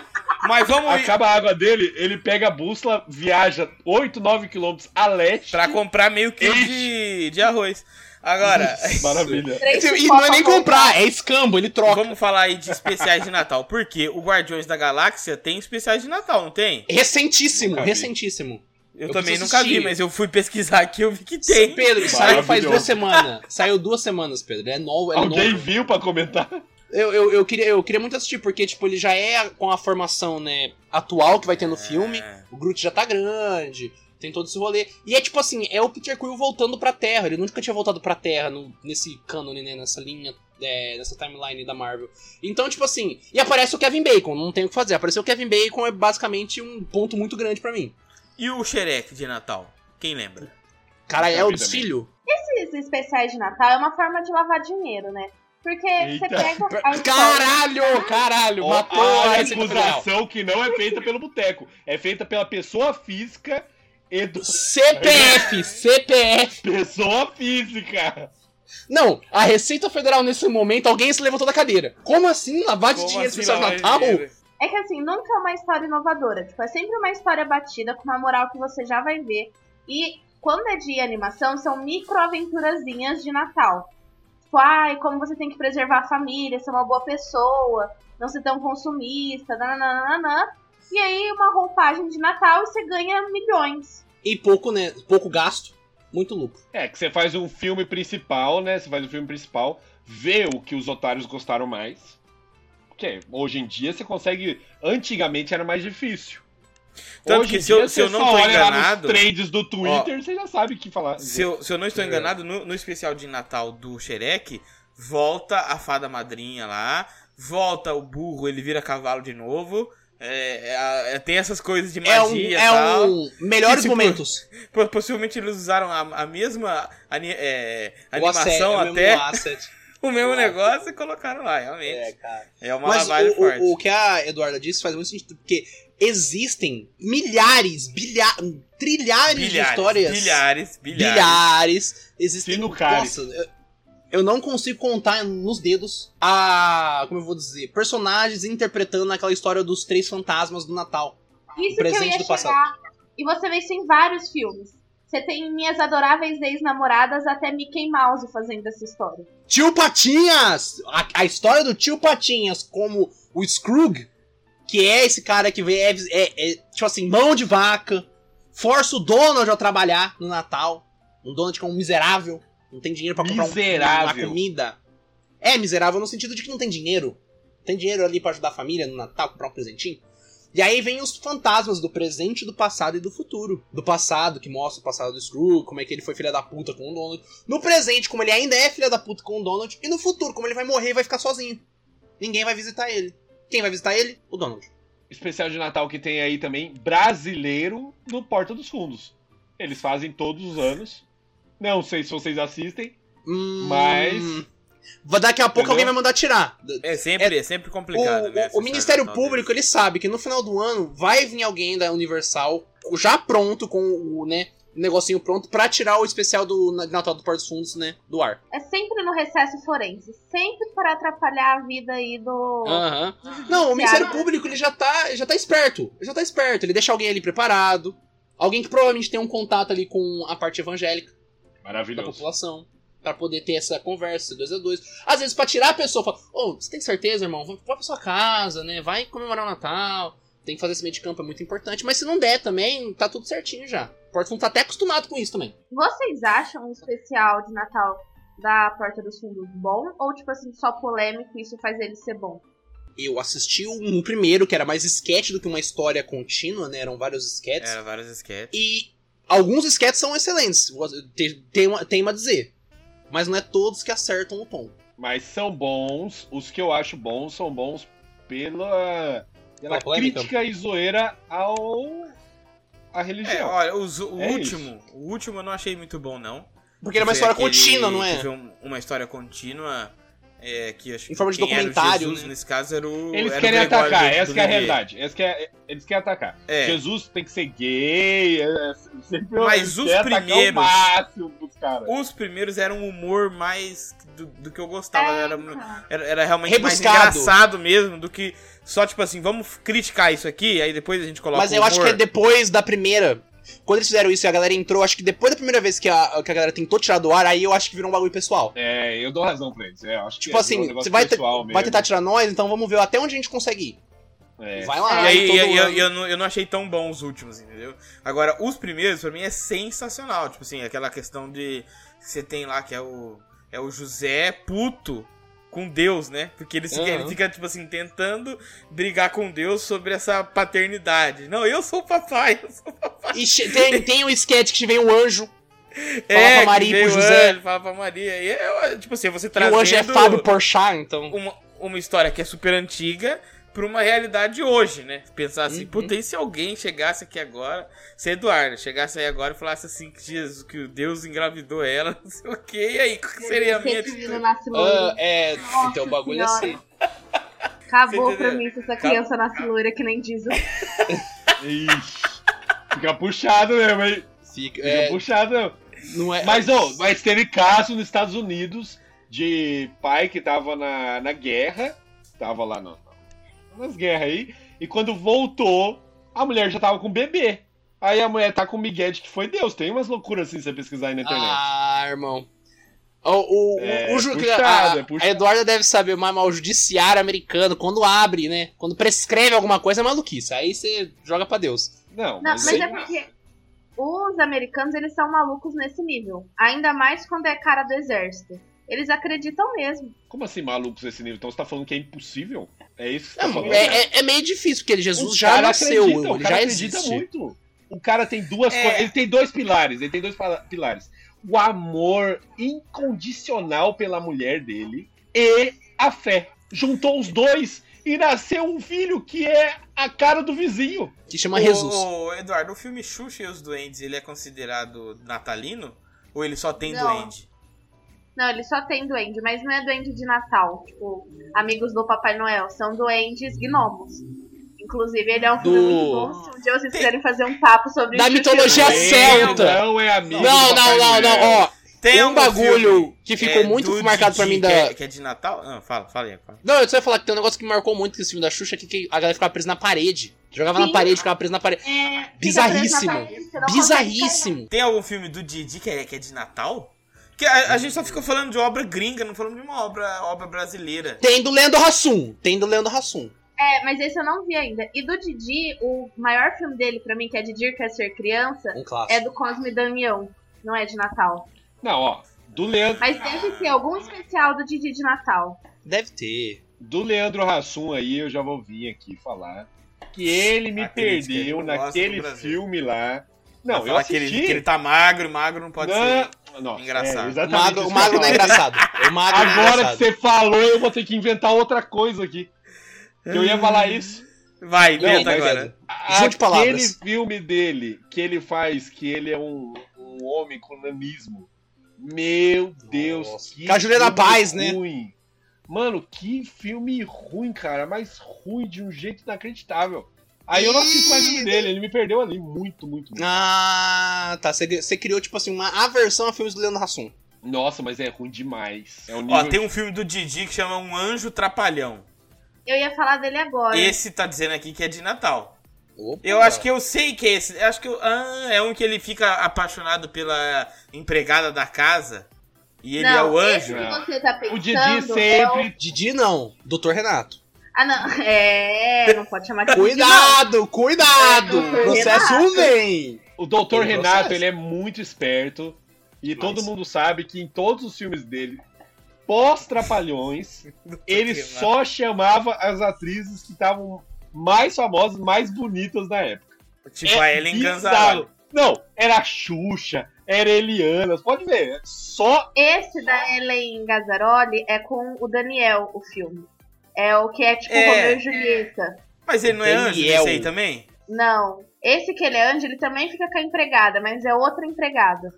Speaker 1: Mas vamos ir
Speaker 3: Acaba a água dele, ele pega a bússola, viaja 8, 9 quilômetros a leste.
Speaker 1: pra comprar meio quilo de, de arroz. Agora,
Speaker 3: Maravilha.
Speaker 4: Três
Speaker 2: E não é nem
Speaker 4: pipocas
Speaker 2: comprar, é escambo, ele troca.
Speaker 1: vamos falar aí de especiais de Natal. Porque o Guardiões da Galáxia tem especiais de Natal, não tem?
Speaker 2: Recentíssimo,
Speaker 3: Nunca vi.
Speaker 2: recentíssimo.
Speaker 1: Eu,
Speaker 2: Eu
Speaker 1: também
Speaker 2: preciso
Speaker 1: nunca vi,
Speaker 2: assistir.
Speaker 1: mas eu fui pesquisar aqui e eu vi que tem.
Speaker 2: Pedro, saiu faz
Speaker 3: Maravilhoso.
Speaker 2: duas semanas. Saiu duas semanas, Pedro. É novo, é
Speaker 3: Alguém
Speaker 2: novo.
Speaker 3: viu pra comentar?
Speaker 2: Eu, eu, eu, queria, eu queria muito assistir, porque, tipo, ele já é com a formação, né, atual que vai ter no filme.
Speaker 1: É.
Speaker 2: O Groot já tá grande, tem todo esse rolê. E é tipo assim, é o Peter Quill voltando pra Terra. Ele nunca tinha voltado pra Terra no- nesse cânone, né, nessa linha, é, nessa timeline da Marvel. Então, tipo assim, e aparece o Kevin Bacon, não tem o que fazer. Aparecer o Kevin Bacon é basicamente um ponto muito grande pra mim.
Speaker 1: E o Xerec de Natal? Quem lembra?
Speaker 2: Cara,
Speaker 3: Eu
Speaker 2: é o
Speaker 3: vi também.
Speaker 2: desfilho?
Speaker 4: Esses especiais de Natal é uma forma de lavar dinheiro, né? Porque você
Speaker 3: Eita.
Speaker 4: pega. a história-
Speaker 2: Caralho, caralho,
Speaker 3: Ó,
Speaker 2: matou
Speaker 3: a
Speaker 2: a receita cultural.
Speaker 3: acusação que não é feita pelo boteco, é feita pela pessoa física e do...
Speaker 2: CPF, CPF.
Speaker 3: pessoa física.
Speaker 2: Não, a Receita Federal nesse momento, alguém se levantou da cadeira. Como assim? Lavar de
Speaker 1: Como
Speaker 2: dinheiro
Speaker 1: assim,
Speaker 2: especial de
Speaker 1: lavar
Speaker 2: Natal?
Speaker 1: dinheiro?
Speaker 4: É que assim, nunca é uma história inovadora. Tipo, é sempre uma história batida, com uma moral que você já vai ver. E quando é de animação, são microaventurazinhas de Natal. Tipo, ai, como você tem que preservar a família, ser uma boa pessoa, não ser tão consumista, nananana. E aí, uma roupagem de Natal e você ganha milhões.
Speaker 2: E pouco, né? Pouco gasto, muito lucro.
Speaker 3: É, que você faz um filme principal, né? Você faz um filme principal, vê o que os otários gostaram mais. Porque hoje em dia você consegue. Antigamente era mais difícil.
Speaker 1: Tanto
Speaker 3: hoje
Speaker 1: que
Speaker 3: em
Speaker 1: se eu-
Speaker 3: dia
Speaker 1: se eu
Speaker 3: você
Speaker 1: não
Speaker 3: só
Speaker 1: tô
Speaker 3: olha lá
Speaker 1: enganado-
Speaker 3: nos trends do Twitter, você já sabe o que falar.
Speaker 1: Se eu, se eu não estou
Speaker 3: É.
Speaker 1: enganado, no, no especial de Natal do Xerec, volta a fada madrinha lá, volta o burro, ele vira cavalo de novo. é, é, é, tem essas coisas de
Speaker 2: É um,
Speaker 1: magia e
Speaker 2: é
Speaker 1: tal.
Speaker 2: um melhores
Speaker 1: Que, tipo,
Speaker 2: momentos.
Speaker 1: Po- Possivelmente eles usaram a, a mesma ani- é,
Speaker 2: O asset,
Speaker 1: animação
Speaker 2: é o mesmo
Speaker 1: até,
Speaker 2: asset.
Speaker 1: o mesmo
Speaker 2: asset.
Speaker 1: negócio e colocaram lá, realmente.
Speaker 2: cara.
Speaker 1: É, uma
Speaker 2: Mas
Speaker 1: lavagem
Speaker 2: o,
Speaker 1: forte.
Speaker 2: o, o que a Eduarda disse faz muito sentido, porque existem milhares, bilha, trilhares é de histórias.
Speaker 1: bilhares, bilhares.
Speaker 2: bilhares. Existem.
Speaker 3: Sinucares.
Speaker 2: Nossa, eu, eu não consigo contar nos dedos a. Como eu vou dizer? Personagens interpretando aquela história dos três fantasmas do Natal.
Speaker 4: Isso que eu
Speaker 2: Presente
Speaker 4: ia
Speaker 2: do
Speaker 4: chegar. E você vê isso em vários filmes. Você tem minhas adoráveis ex-namoradas até Mickey Mouse fazendo essa história.
Speaker 2: Tio Patinhas! A, a história do tio Patinhas como o Scrooge, que é esse cara que vê. É, é- é, tipo assim, mão de vaca, força o Donald a trabalhar no Natal. Um Donald que é um miserável, não tem dinheiro pra comprar um-
Speaker 3: Miserável.
Speaker 2: uma comida. É miserável no sentido de que não tem dinheiro. Não Tem dinheiro ali pra ajudar a família no Natal, comprar um presentinho. E aí vem os fantasmas do presente, do passado e do futuro. Do passado, que mostra o passado do Scrooge, como é que ele foi filha da puta com o Donald. No presente, como ele ainda é filha da puta com o Donald, e no futuro, como ele vai morrer e vai ficar sozinho. Ninguém vai visitar ele. Quem vai visitar ele? O Donald.
Speaker 3: Especial de Natal que tem aí também, brasileiro no Porta dos Fundos. Eles fazem todos os anos. Não sei se vocês assistem.
Speaker 2: Hum,
Speaker 3: Mas-
Speaker 2: Vai- Daqui a pouco
Speaker 3: Entendeu?
Speaker 2: alguém vai mandar tirar.
Speaker 1: É sempre, é, sempre complicado. né,
Speaker 2: O, o- o
Speaker 1: essa
Speaker 2: Ministério
Speaker 1: história do Natal
Speaker 2: Público, ele sabe que no final do ano vai vir alguém da Universal já pronto com o, né, negocinho pronto pra tirar o especial do na- Natal do Porto dos Fundos, né, do ar.
Speaker 4: É sempre no recesso forense, sempre para atrapalhar a vida aí do.
Speaker 1: Ah.
Speaker 2: Aham. Não, o Ministério Público, ele já tá, já tá esperto. Já tá esperto, ele deixa alguém ali preparado, alguém que provavelmente tem um contato ali com a parte evangélica. da
Speaker 3: Maravilhoso.
Speaker 2: população. Pra poder ter essa conversa, dois a dois. Às vezes, pra tirar a pessoa, fala, ô, você tem certeza, irmão? Vai vai pra sua casa, né? Vai comemorar o Natal. Tem que fazer esse meio de campo, é muito importante. Mas se não der também, tá tudo certinho já. O Portland tá até acostumado com isso também.
Speaker 4: Vocês acham um especial de Natal da Porta dos Fundos bom? Ou, tipo assim, só polêmico e isso faz ele ser bom?
Speaker 2: Eu assisti um primeiro, que era mais sketch do que uma história contínua, né? Eram vários sketches.
Speaker 1: Era É, vários sketches.
Speaker 2: E alguns sketches são excelentes. Tem- Tem uma, tem uma a dizer. Mas não é todos que acertam o tom.
Speaker 3: Mas são bons. Os que eu acho bons são bons pela, pela
Speaker 2: polêmica.
Speaker 3: crítica e zoeira ao à
Speaker 1: É,
Speaker 3: religião.
Speaker 1: olha, os- o
Speaker 3: É
Speaker 1: último, o último eu não achei muito bom, não.
Speaker 2: Porque era uma
Speaker 1: Foi
Speaker 2: história
Speaker 1: aquele
Speaker 2: contínua, não
Speaker 1: que
Speaker 2: é?
Speaker 1: foi um- uma história contínua é, que acho
Speaker 2: Em forma de
Speaker 1: que quem era o
Speaker 2: documentário,
Speaker 1: Jesus,
Speaker 2: né?
Speaker 1: Nesse caso era o.
Speaker 3: eles
Speaker 1: era o
Speaker 3: querem
Speaker 1: Gregório
Speaker 3: atacar,
Speaker 1: do-
Speaker 3: essa
Speaker 1: do
Speaker 3: que é a
Speaker 1: Vivier.
Speaker 3: realidade. Essa que é, eles querem atacar.
Speaker 1: É,
Speaker 3: Jesus tem que ser gay, é, é sempre
Speaker 1: Mas
Speaker 3: eles
Speaker 1: os
Speaker 3: querem atacar
Speaker 1: primeiros-
Speaker 3: o máximo dos caras.
Speaker 1: os primeiros eram um humor mais do, do que eu gostava. Tá,
Speaker 4: É.
Speaker 1: Era, era, era realmente mais
Speaker 2: Rebuscado.
Speaker 1: engraçado mesmo do que só, tipo assim, vamos criticar isso aqui, aí depois a gente coloca.
Speaker 2: Mas
Speaker 1: o
Speaker 2: eu acho que é
Speaker 1: humor.
Speaker 2: depois da primeira. Quando eles fizeram isso e a galera entrou, acho que depois da primeira vez que a, que a galera tentou tirar do ar, aí eu acho que virou um bagulho pessoal.
Speaker 3: É, eu dou razão pra eles. É, eu acho
Speaker 2: Tipo
Speaker 3: que é
Speaker 2: assim,
Speaker 3: um negócio
Speaker 2: você vai, te-
Speaker 3: pessoal
Speaker 2: vai
Speaker 3: mesmo.
Speaker 2: tentar tirar nós, então vamos ver até onde a gente consegue ir.
Speaker 3: É.
Speaker 2: Vai
Speaker 1: E
Speaker 2: lá,
Speaker 1: aí,
Speaker 2: todo
Speaker 1: eu, eu-
Speaker 2: ano.
Speaker 1: eu não, eu não achei tão bom os últimos, entendeu? Agora, os primeiros, pra mim, é sensacional. Tipo assim, aquela questão de. Você tem lá que é o. É o José puto com Deus, né? Porque ele, se-
Speaker 2: Aham.
Speaker 1: ele fica, tipo assim, tentando brigar com Deus sobre essa paternidade. Não, eu sou o papai. Eu sou...
Speaker 2: E che- tem, tem um sketch que vem um anjo.
Speaker 1: É,
Speaker 2: pra
Speaker 1: que
Speaker 2: Maria e
Speaker 1: veio
Speaker 2: pro
Speaker 1: o
Speaker 2: José.
Speaker 1: anjo, Fala pra Maria. E é, tipo assim, você
Speaker 2: E
Speaker 1: trazendo...
Speaker 2: o anjo é Fábio Porchat, então.
Speaker 1: uma, uma história que é super antiga pra uma realidade hoje, né? Pensar assim,
Speaker 2: Uhum.
Speaker 1: puta, e se alguém chegasse aqui agora, se a Eduarda chegasse aí agora e falasse assim que Jesus, que o Deus engravidou ela, não sei o quê, e aí, qual que seria a minha
Speaker 4: Sempre vindo
Speaker 1: atitude?
Speaker 4: nasce
Speaker 2: Ah,
Speaker 4: loira.
Speaker 2: é,
Speaker 4: Nossa
Speaker 2: então o bagulho é
Speaker 4: Senhora.
Speaker 2: assim.
Speaker 4: Acabou
Speaker 1: você
Speaker 4: pra
Speaker 1: entendeu?
Speaker 4: mim se essa
Speaker 1: Acabou.
Speaker 4: criança nasce loira que nem diz.
Speaker 3: Ixi. Fica puxado mesmo, hein?
Speaker 2: Fica,
Speaker 3: Fica
Speaker 2: é,
Speaker 3: puxado mesmo.
Speaker 2: não é,
Speaker 3: Mas, ô, mas teve caso nos Estados Unidos de pai que tava na, na guerra, tava lá no, nas guerras aí, e quando voltou, a mulher já tava com bebê. Aí a mulher tá com o Miguel de que foi Deus. Tem umas loucuras assim, se você pesquisar aí na internet.
Speaker 2: Ah, irmão. O, o,
Speaker 3: É,
Speaker 2: o ju- a-
Speaker 3: puxado, é
Speaker 2: a,
Speaker 3: puxado.
Speaker 2: Eduarda deve saber, mas mas o judiciário americano, quando abre, né? Quando prescreve alguma coisa, é maluquice. Aí você joga pra Deus.
Speaker 3: Não,
Speaker 4: Não, mas
Speaker 3: sei
Speaker 4: é
Speaker 3: lá.
Speaker 4: porque os americanos, eles são malucos nesse nível. Ainda mais quando é cara do exército. Eles acreditam mesmo.
Speaker 3: Como assim, malucos esse nível? Então você tá falando que é impossível? É isso que você tá
Speaker 2: Não,
Speaker 3: falando?
Speaker 2: é, é- é meio difícil, porque ele- Jesus
Speaker 3: O
Speaker 2: já
Speaker 3: cara
Speaker 2: nasceu,
Speaker 3: acredita, o
Speaker 2: ele
Speaker 3: cara
Speaker 2: já
Speaker 3: acredita
Speaker 2: existe.
Speaker 3: muito. O cara tem duas
Speaker 1: É.
Speaker 3: coisas. Ele tem dois pilares. Ele tem dois pala- pilares. O amor incondicional pela mulher dele e a fé. Juntou os dois e nasceu um filho que é a cara do vizinho.
Speaker 2: Que chama Jesus.
Speaker 1: Ô, ô, Eduardo, o filme Xuxa e os Duendes, ele é considerado natalino? Ou ele só tem
Speaker 4: Não.
Speaker 1: duende?
Speaker 4: Não, eles só tem duende, mas não é duende de Natal. Tipo, amigos do Papai Noel. São duendes gnomos. Inclusive, ele é um filme
Speaker 2: Do-
Speaker 4: muito bom. Se um dia vocês quiserem fazer um papo sobre
Speaker 2: Da
Speaker 4: Xuxa e
Speaker 2: mitologia
Speaker 4: Duende.
Speaker 2: celta.
Speaker 3: Não é amigo. do
Speaker 2: Não, não,
Speaker 3: Papai
Speaker 2: não, não,
Speaker 3: Noel.
Speaker 2: ó.
Speaker 1: Tem
Speaker 2: um bagulho que ficou muito
Speaker 1: é do
Speaker 2: marcado pra
Speaker 1: Didi,
Speaker 2: mim da-
Speaker 1: Que é, que é de Natal? Ah, fala, fala aí. Fala.
Speaker 2: Não, eu só ia falar que tem um negócio que me marcou muito nesse filme da Xuxa, que, que a galera ficava presa na parede. Jogava na
Speaker 4: Sim.
Speaker 2: parede, ficava presa na parede.
Speaker 4: É, fica preso
Speaker 2: Bizarríssimo.
Speaker 4: na parede, você não consegue sair.
Speaker 2: Bizarríssimo.
Speaker 1: Tem algum filme do Didi que é, que é de Natal? Que a, a gente só ficou falando de obra gringa, não falamos de uma obra, obra brasileira.
Speaker 2: Tem do Leandro Hassum. Tem do Leandro Hassum.
Speaker 4: É, mas esse eu não vi ainda. E do Didi, o maior filme dele pra mim, que é Didi Quer Ser Criança,
Speaker 2: Um clássico.
Speaker 4: é do Cosme e Damião. Não é de Natal.
Speaker 3: Não, ó. Do Leandro,
Speaker 4: Mas deve ter algum especial do Didi de Natal.
Speaker 2: Deve ter.
Speaker 3: do Leandro Hassum aí, eu já vou vir aqui falar. Que ele me
Speaker 1: A crítica,
Speaker 3: perdeu
Speaker 1: eu gosto do
Speaker 3: naquele
Speaker 1: Brasil.
Speaker 3: filme lá.
Speaker 1: Vai
Speaker 3: Não, eu
Speaker 1: falar que
Speaker 3: assisti.
Speaker 1: ele- Que ele, tá magro, magro não pode
Speaker 3: Não,
Speaker 1: ser.
Speaker 3: não,
Speaker 1: Engraçado.
Speaker 3: Né? é,
Speaker 2: O
Speaker 3: exatamente
Speaker 2: magro,
Speaker 3: isso
Speaker 2: o
Speaker 3: que
Speaker 2: magro
Speaker 3: eu
Speaker 2: não é
Speaker 3: ia falar.
Speaker 2: engraçado. O magro não é
Speaker 3: Agora que
Speaker 2: engraçado.
Speaker 3: você falou, eu vou ter que inventar outra coisa aqui. Eu ia falar isso. é
Speaker 1: Vai,
Speaker 2: Não, tá
Speaker 1: inventa
Speaker 2: mas
Speaker 1: agora.
Speaker 2: Junte palavras.
Speaker 3: Aquele filme dele, que ele faz, que ele é um, um homem com nanismo. Meu Deus.
Speaker 2: Nossa.
Speaker 3: que
Speaker 2: Com a Juliana
Speaker 3: filme
Speaker 2: Paz, né?
Speaker 3: ruim. Mano, que filme ruim, cara. Mas ruim de um jeito inacreditável. Aí eu não assisto mais filme dele, ele me perdeu ali muito, muito, muito.
Speaker 2: Ah, tá. Você, você criou, tipo assim, uma aversão a filmes do Leandro Hassum.
Speaker 3: Nossa, mas é ruim demais. É um nível
Speaker 1: Ó, tem um filme do Didi que chama Um Anjo Trapalhão.
Speaker 4: Eu ia falar dele agora.
Speaker 1: Esse tá dizendo aqui que é de Natal.
Speaker 2: Opa.
Speaker 1: Eu acho que eu sei que é esse. Eu acho que eu- ah, é um que ele fica apaixonado pela empregada da casa. E ele
Speaker 4: não,
Speaker 1: é o
Speaker 4: Esse
Speaker 1: anjo.
Speaker 4: que
Speaker 3: né?
Speaker 4: você tá pensando.
Speaker 3: O Didi
Speaker 4: é o-
Speaker 2: um
Speaker 3: sempre
Speaker 2: Didi não. Doutor Renato.
Speaker 4: Ah, não. É, não pode chamar de Didi, não.
Speaker 2: Cuidado, cuidado.
Speaker 4: Doutor
Speaker 2: Processo
Speaker 4: Renato.
Speaker 2: vem.
Speaker 3: O doutor
Speaker 2: Ele
Speaker 3: Renato,
Speaker 2: processa.
Speaker 3: ele é muito esperto. E
Speaker 2: Mas-
Speaker 3: todo mundo sabe que em todos os filmes dele, pós-Trapalhões, ele
Speaker 1: Renato.
Speaker 3: só chamava as atrizes que estavam mais famosas, mais bonitas na época.
Speaker 1: Tipo a Ellen
Speaker 3: é bizarro.
Speaker 1: Ganzaroli.
Speaker 3: Não, era a Xuxa, era a Eliana, você pode ver. Só.
Speaker 4: Esse da Ellen Gazzaroli é com o Daniel, o filme. É o que é tipo
Speaker 1: É.
Speaker 4: Romeu e Julieta.
Speaker 1: Mas ele não é anjo,
Speaker 2: Daniel.
Speaker 1: esse aí também?
Speaker 4: Não. Esse que ele é anjo, ele também fica com a empregada, mas é outra empregada.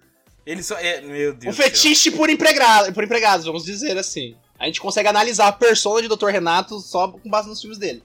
Speaker 1: Ele só. É, meu
Speaker 2: Um
Speaker 1: Deus. do céu.
Speaker 2: fetiche por, empregado, por empregados, vamos dizer assim. A gente consegue analisar a persona de Dr. Renato só com base nos filmes dele.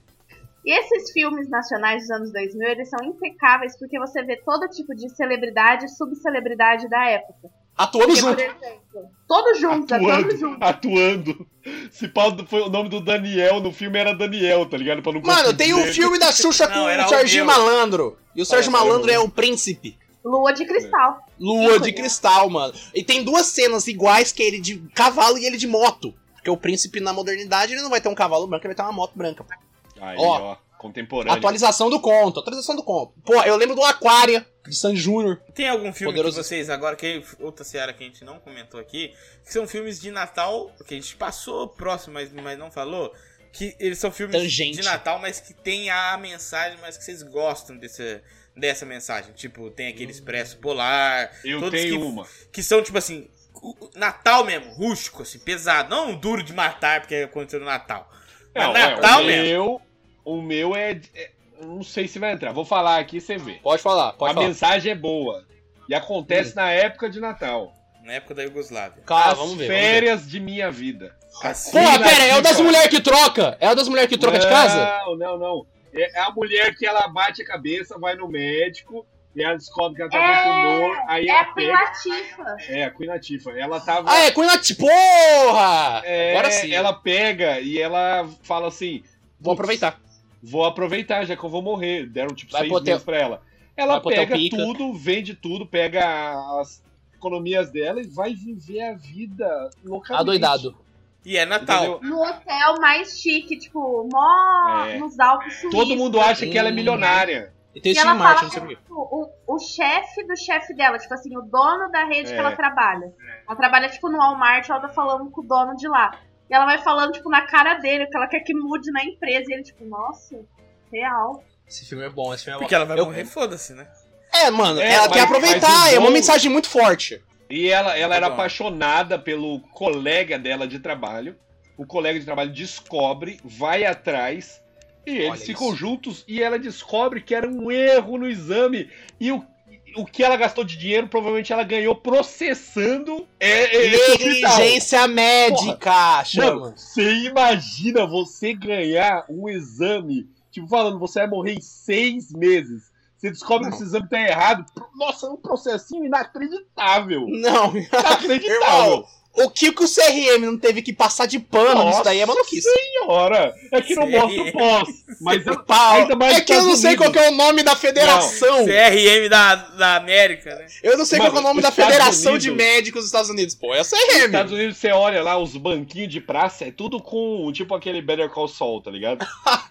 Speaker 4: E esses filmes nacionais dos anos 2000, eles são impecáveis porque você vê todo tipo de celebridade e subcelebridade da época.
Speaker 2: Atuando
Speaker 4: Porque, por
Speaker 2: junto.
Speaker 4: exemplo, é todos juntos, atuando
Speaker 3: Atuando,
Speaker 4: juntos.
Speaker 3: atuando. Se pau foi o nome do Daniel no filme era Daniel, tá ligado? Pra não
Speaker 2: Mano,
Speaker 3: confundir
Speaker 2: tem um
Speaker 3: ele.
Speaker 2: filme da Xuxa
Speaker 1: Não,
Speaker 2: com
Speaker 1: era
Speaker 2: o Serginho
Speaker 1: o meu.
Speaker 2: Malandro. E o Serginho
Speaker 3: Ah, era o
Speaker 2: Malandro
Speaker 3: meu.
Speaker 2: é o príncipe.
Speaker 4: Lua de cristal.
Speaker 2: Lua
Speaker 4: Ícone,
Speaker 2: de
Speaker 4: né?
Speaker 2: cristal, mano. E tem duas cenas iguais que é ele de cavalo e ele de moto. Porque o príncipe na modernidade ele não vai ter um cavalo branco, ele vai ter uma moto branca.
Speaker 3: Aí,
Speaker 2: Ó.
Speaker 3: ó. Contemporâneo.
Speaker 2: Atualização do conto, atualização do conto. Pô, eu lembro do Aquária, de San Júnior.
Speaker 1: Tem algum filme
Speaker 2: Poderoso
Speaker 1: que vocês agora, que outra seara que a gente não comentou aqui, que são filmes de Natal, que a gente passou próximo, mas, mas não falou, que eles são filmes
Speaker 2: Tangente.
Speaker 1: de Natal, mas que tem a mensagem, mas que vocês gostam desse, dessa mensagem. Tipo, tem aquele Expresso Polar,
Speaker 3: Eu
Speaker 1: todos
Speaker 3: tenho
Speaker 1: que-
Speaker 3: uma.
Speaker 1: que são tipo assim, o- o Natal mesmo, rústico, assim, pesado, não duro de matar porque aconteceu no Natal. Mas
Speaker 3: Não, é,
Speaker 1: Natal
Speaker 3: o
Speaker 1: mesmo.
Speaker 3: meu, o meu é, é- Não sei se vai entrar. Vou falar aqui e você vê.
Speaker 2: Pode falar, pode
Speaker 3: a
Speaker 2: falar.
Speaker 3: mensagem é boa. E acontece na época de Natal.
Speaker 1: Na época da Iugoslávia.
Speaker 2: Cara,
Speaker 3: As
Speaker 2: Ah, vamos ver. vamos ver.
Speaker 3: férias de minha vida.
Speaker 1: Assim,
Speaker 2: Porra,
Speaker 3: Filha
Speaker 2: pera, é o
Speaker 3: aqui,
Speaker 2: das
Speaker 3: cara.
Speaker 2: mulheres que troca? É o das mulheres que troca de casa?
Speaker 3: Não, não, não. É a mulher que ela bate a cabeça, vai no médico, e ela descobre que ela tá
Speaker 4: É,
Speaker 3: com tumor, aí
Speaker 4: É
Speaker 3: ela
Speaker 4: a Queen
Speaker 3: pega.
Speaker 4: Latifa.
Speaker 3: É, a Queen Latifah. Ela tava.
Speaker 2: Ah, é Coinat. Porra!
Speaker 3: é,
Speaker 2: Agora sim.
Speaker 3: Ela pega e ela fala assim:
Speaker 2: Vou aproveitar.
Speaker 3: vou aproveitar, já que eu vou morrer. Deram tipo
Speaker 2: Vai
Speaker 3: seis
Speaker 2: pro hotel.
Speaker 3: meses pra ela. Ela
Speaker 2: Vai pro hotel
Speaker 3: pega
Speaker 2: pica.
Speaker 3: tudo, vende tudo, pega as economias dela e vai viver a vida loucamente.
Speaker 2: Adoidado.
Speaker 1: E é Natal.
Speaker 3: Entendeu?
Speaker 4: No hotel mais chique, tipo, mó
Speaker 3: É.
Speaker 4: nos Alpes suíços.
Speaker 3: Todo mundo acha que ela é
Speaker 2: Hum.
Speaker 3: milionária.
Speaker 2: E tem
Speaker 4: E
Speaker 2: esse
Speaker 4: ela
Speaker 2: Martin,
Speaker 4: fala-
Speaker 2: não sei porquê.
Speaker 4: O, o chefe do chefe dela, tipo assim, o dono da rede
Speaker 3: É.
Speaker 4: que ela trabalha. Ela trabalha, tipo, no Walmart, ela tá falando com o dono de lá. E ela vai falando, tipo, na cara dele, que ela quer que mude na empresa. E ele, tipo, nossa, real.
Speaker 2: Esse filme é bom, esse filme é bom.
Speaker 1: Porque ela vai
Speaker 2: Eu-
Speaker 1: morrer, foda-se, né?
Speaker 2: É, mano,
Speaker 3: É,
Speaker 2: ela
Speaker 3: mas-
Speaker 2: quer
Speaker 3: mas
Speaker 2: aproveitar,
Speaker 3: o
Speaker 2: é uma
Speaker 3: bom-
Speaker 2: mensagem muito forte.
Speaker 3: E ela, ela era
Speaker 1: Legal.
Speaker 3: apaixonada pelo colega dela de trabalho. O colega de trabalho descobre, vai atrás, e eles
Speaker 2: Olha
Speaker 3: ficam
Speaker 2: isso.
Speaker 3: juntos. E ela descobre que era um erro no exame. E o, o que ela gastou de dinheiro, provavelmente ela ganhou processando é, é, esse hospital.
Speaker 2: Negligência médica,
Speaker 3: Mano,
Speaker 2: chama.
Speaker 3: você imagina você ganhar um exame, tipo, falando, você vai morrer em seis meses. Você descobre
Speaker 2: Não.
Speaker 3: que esse exame tá errado. pro- Nossa, é um processinho inacreditável.
Speaker 2: Não,
Speaker 3: Inacreditável.
Speaker 2: o que que o CRM não teve que passar de pano nisso
Speaker 3: Nossa
Speaker 2: daí é maluquice.
Speaker 3: senhora! É que não
Speaker 1: Sério?
Speaker 3: mostra o pós, mas eu-
Speaker 2: Pau.
Speaker 3: Ainda mais
Speaker 2: É que eu não
Speaker 3: Estados
Speaker 2: sei
Speaker 3: Unidos.
Speaker 2: qual que é o nome da federação.
Speaker 1: CRM da, da América, né?
Speaker 2: Eu não sei qual que é o
Speaker 3: Mano,
Speaker 2: nome da
Speaker 3: Estados
Speaker 2: Federação
Speaker 3: Unidos.
Speaker 2: de Médicos dos Estados Unidos. Pô, é o CRM.
Speaker 3: nos Estados Unidos você olha lá os banquinhos de praça, é tudo com tipo aquele Better Call Saul, tá ligado?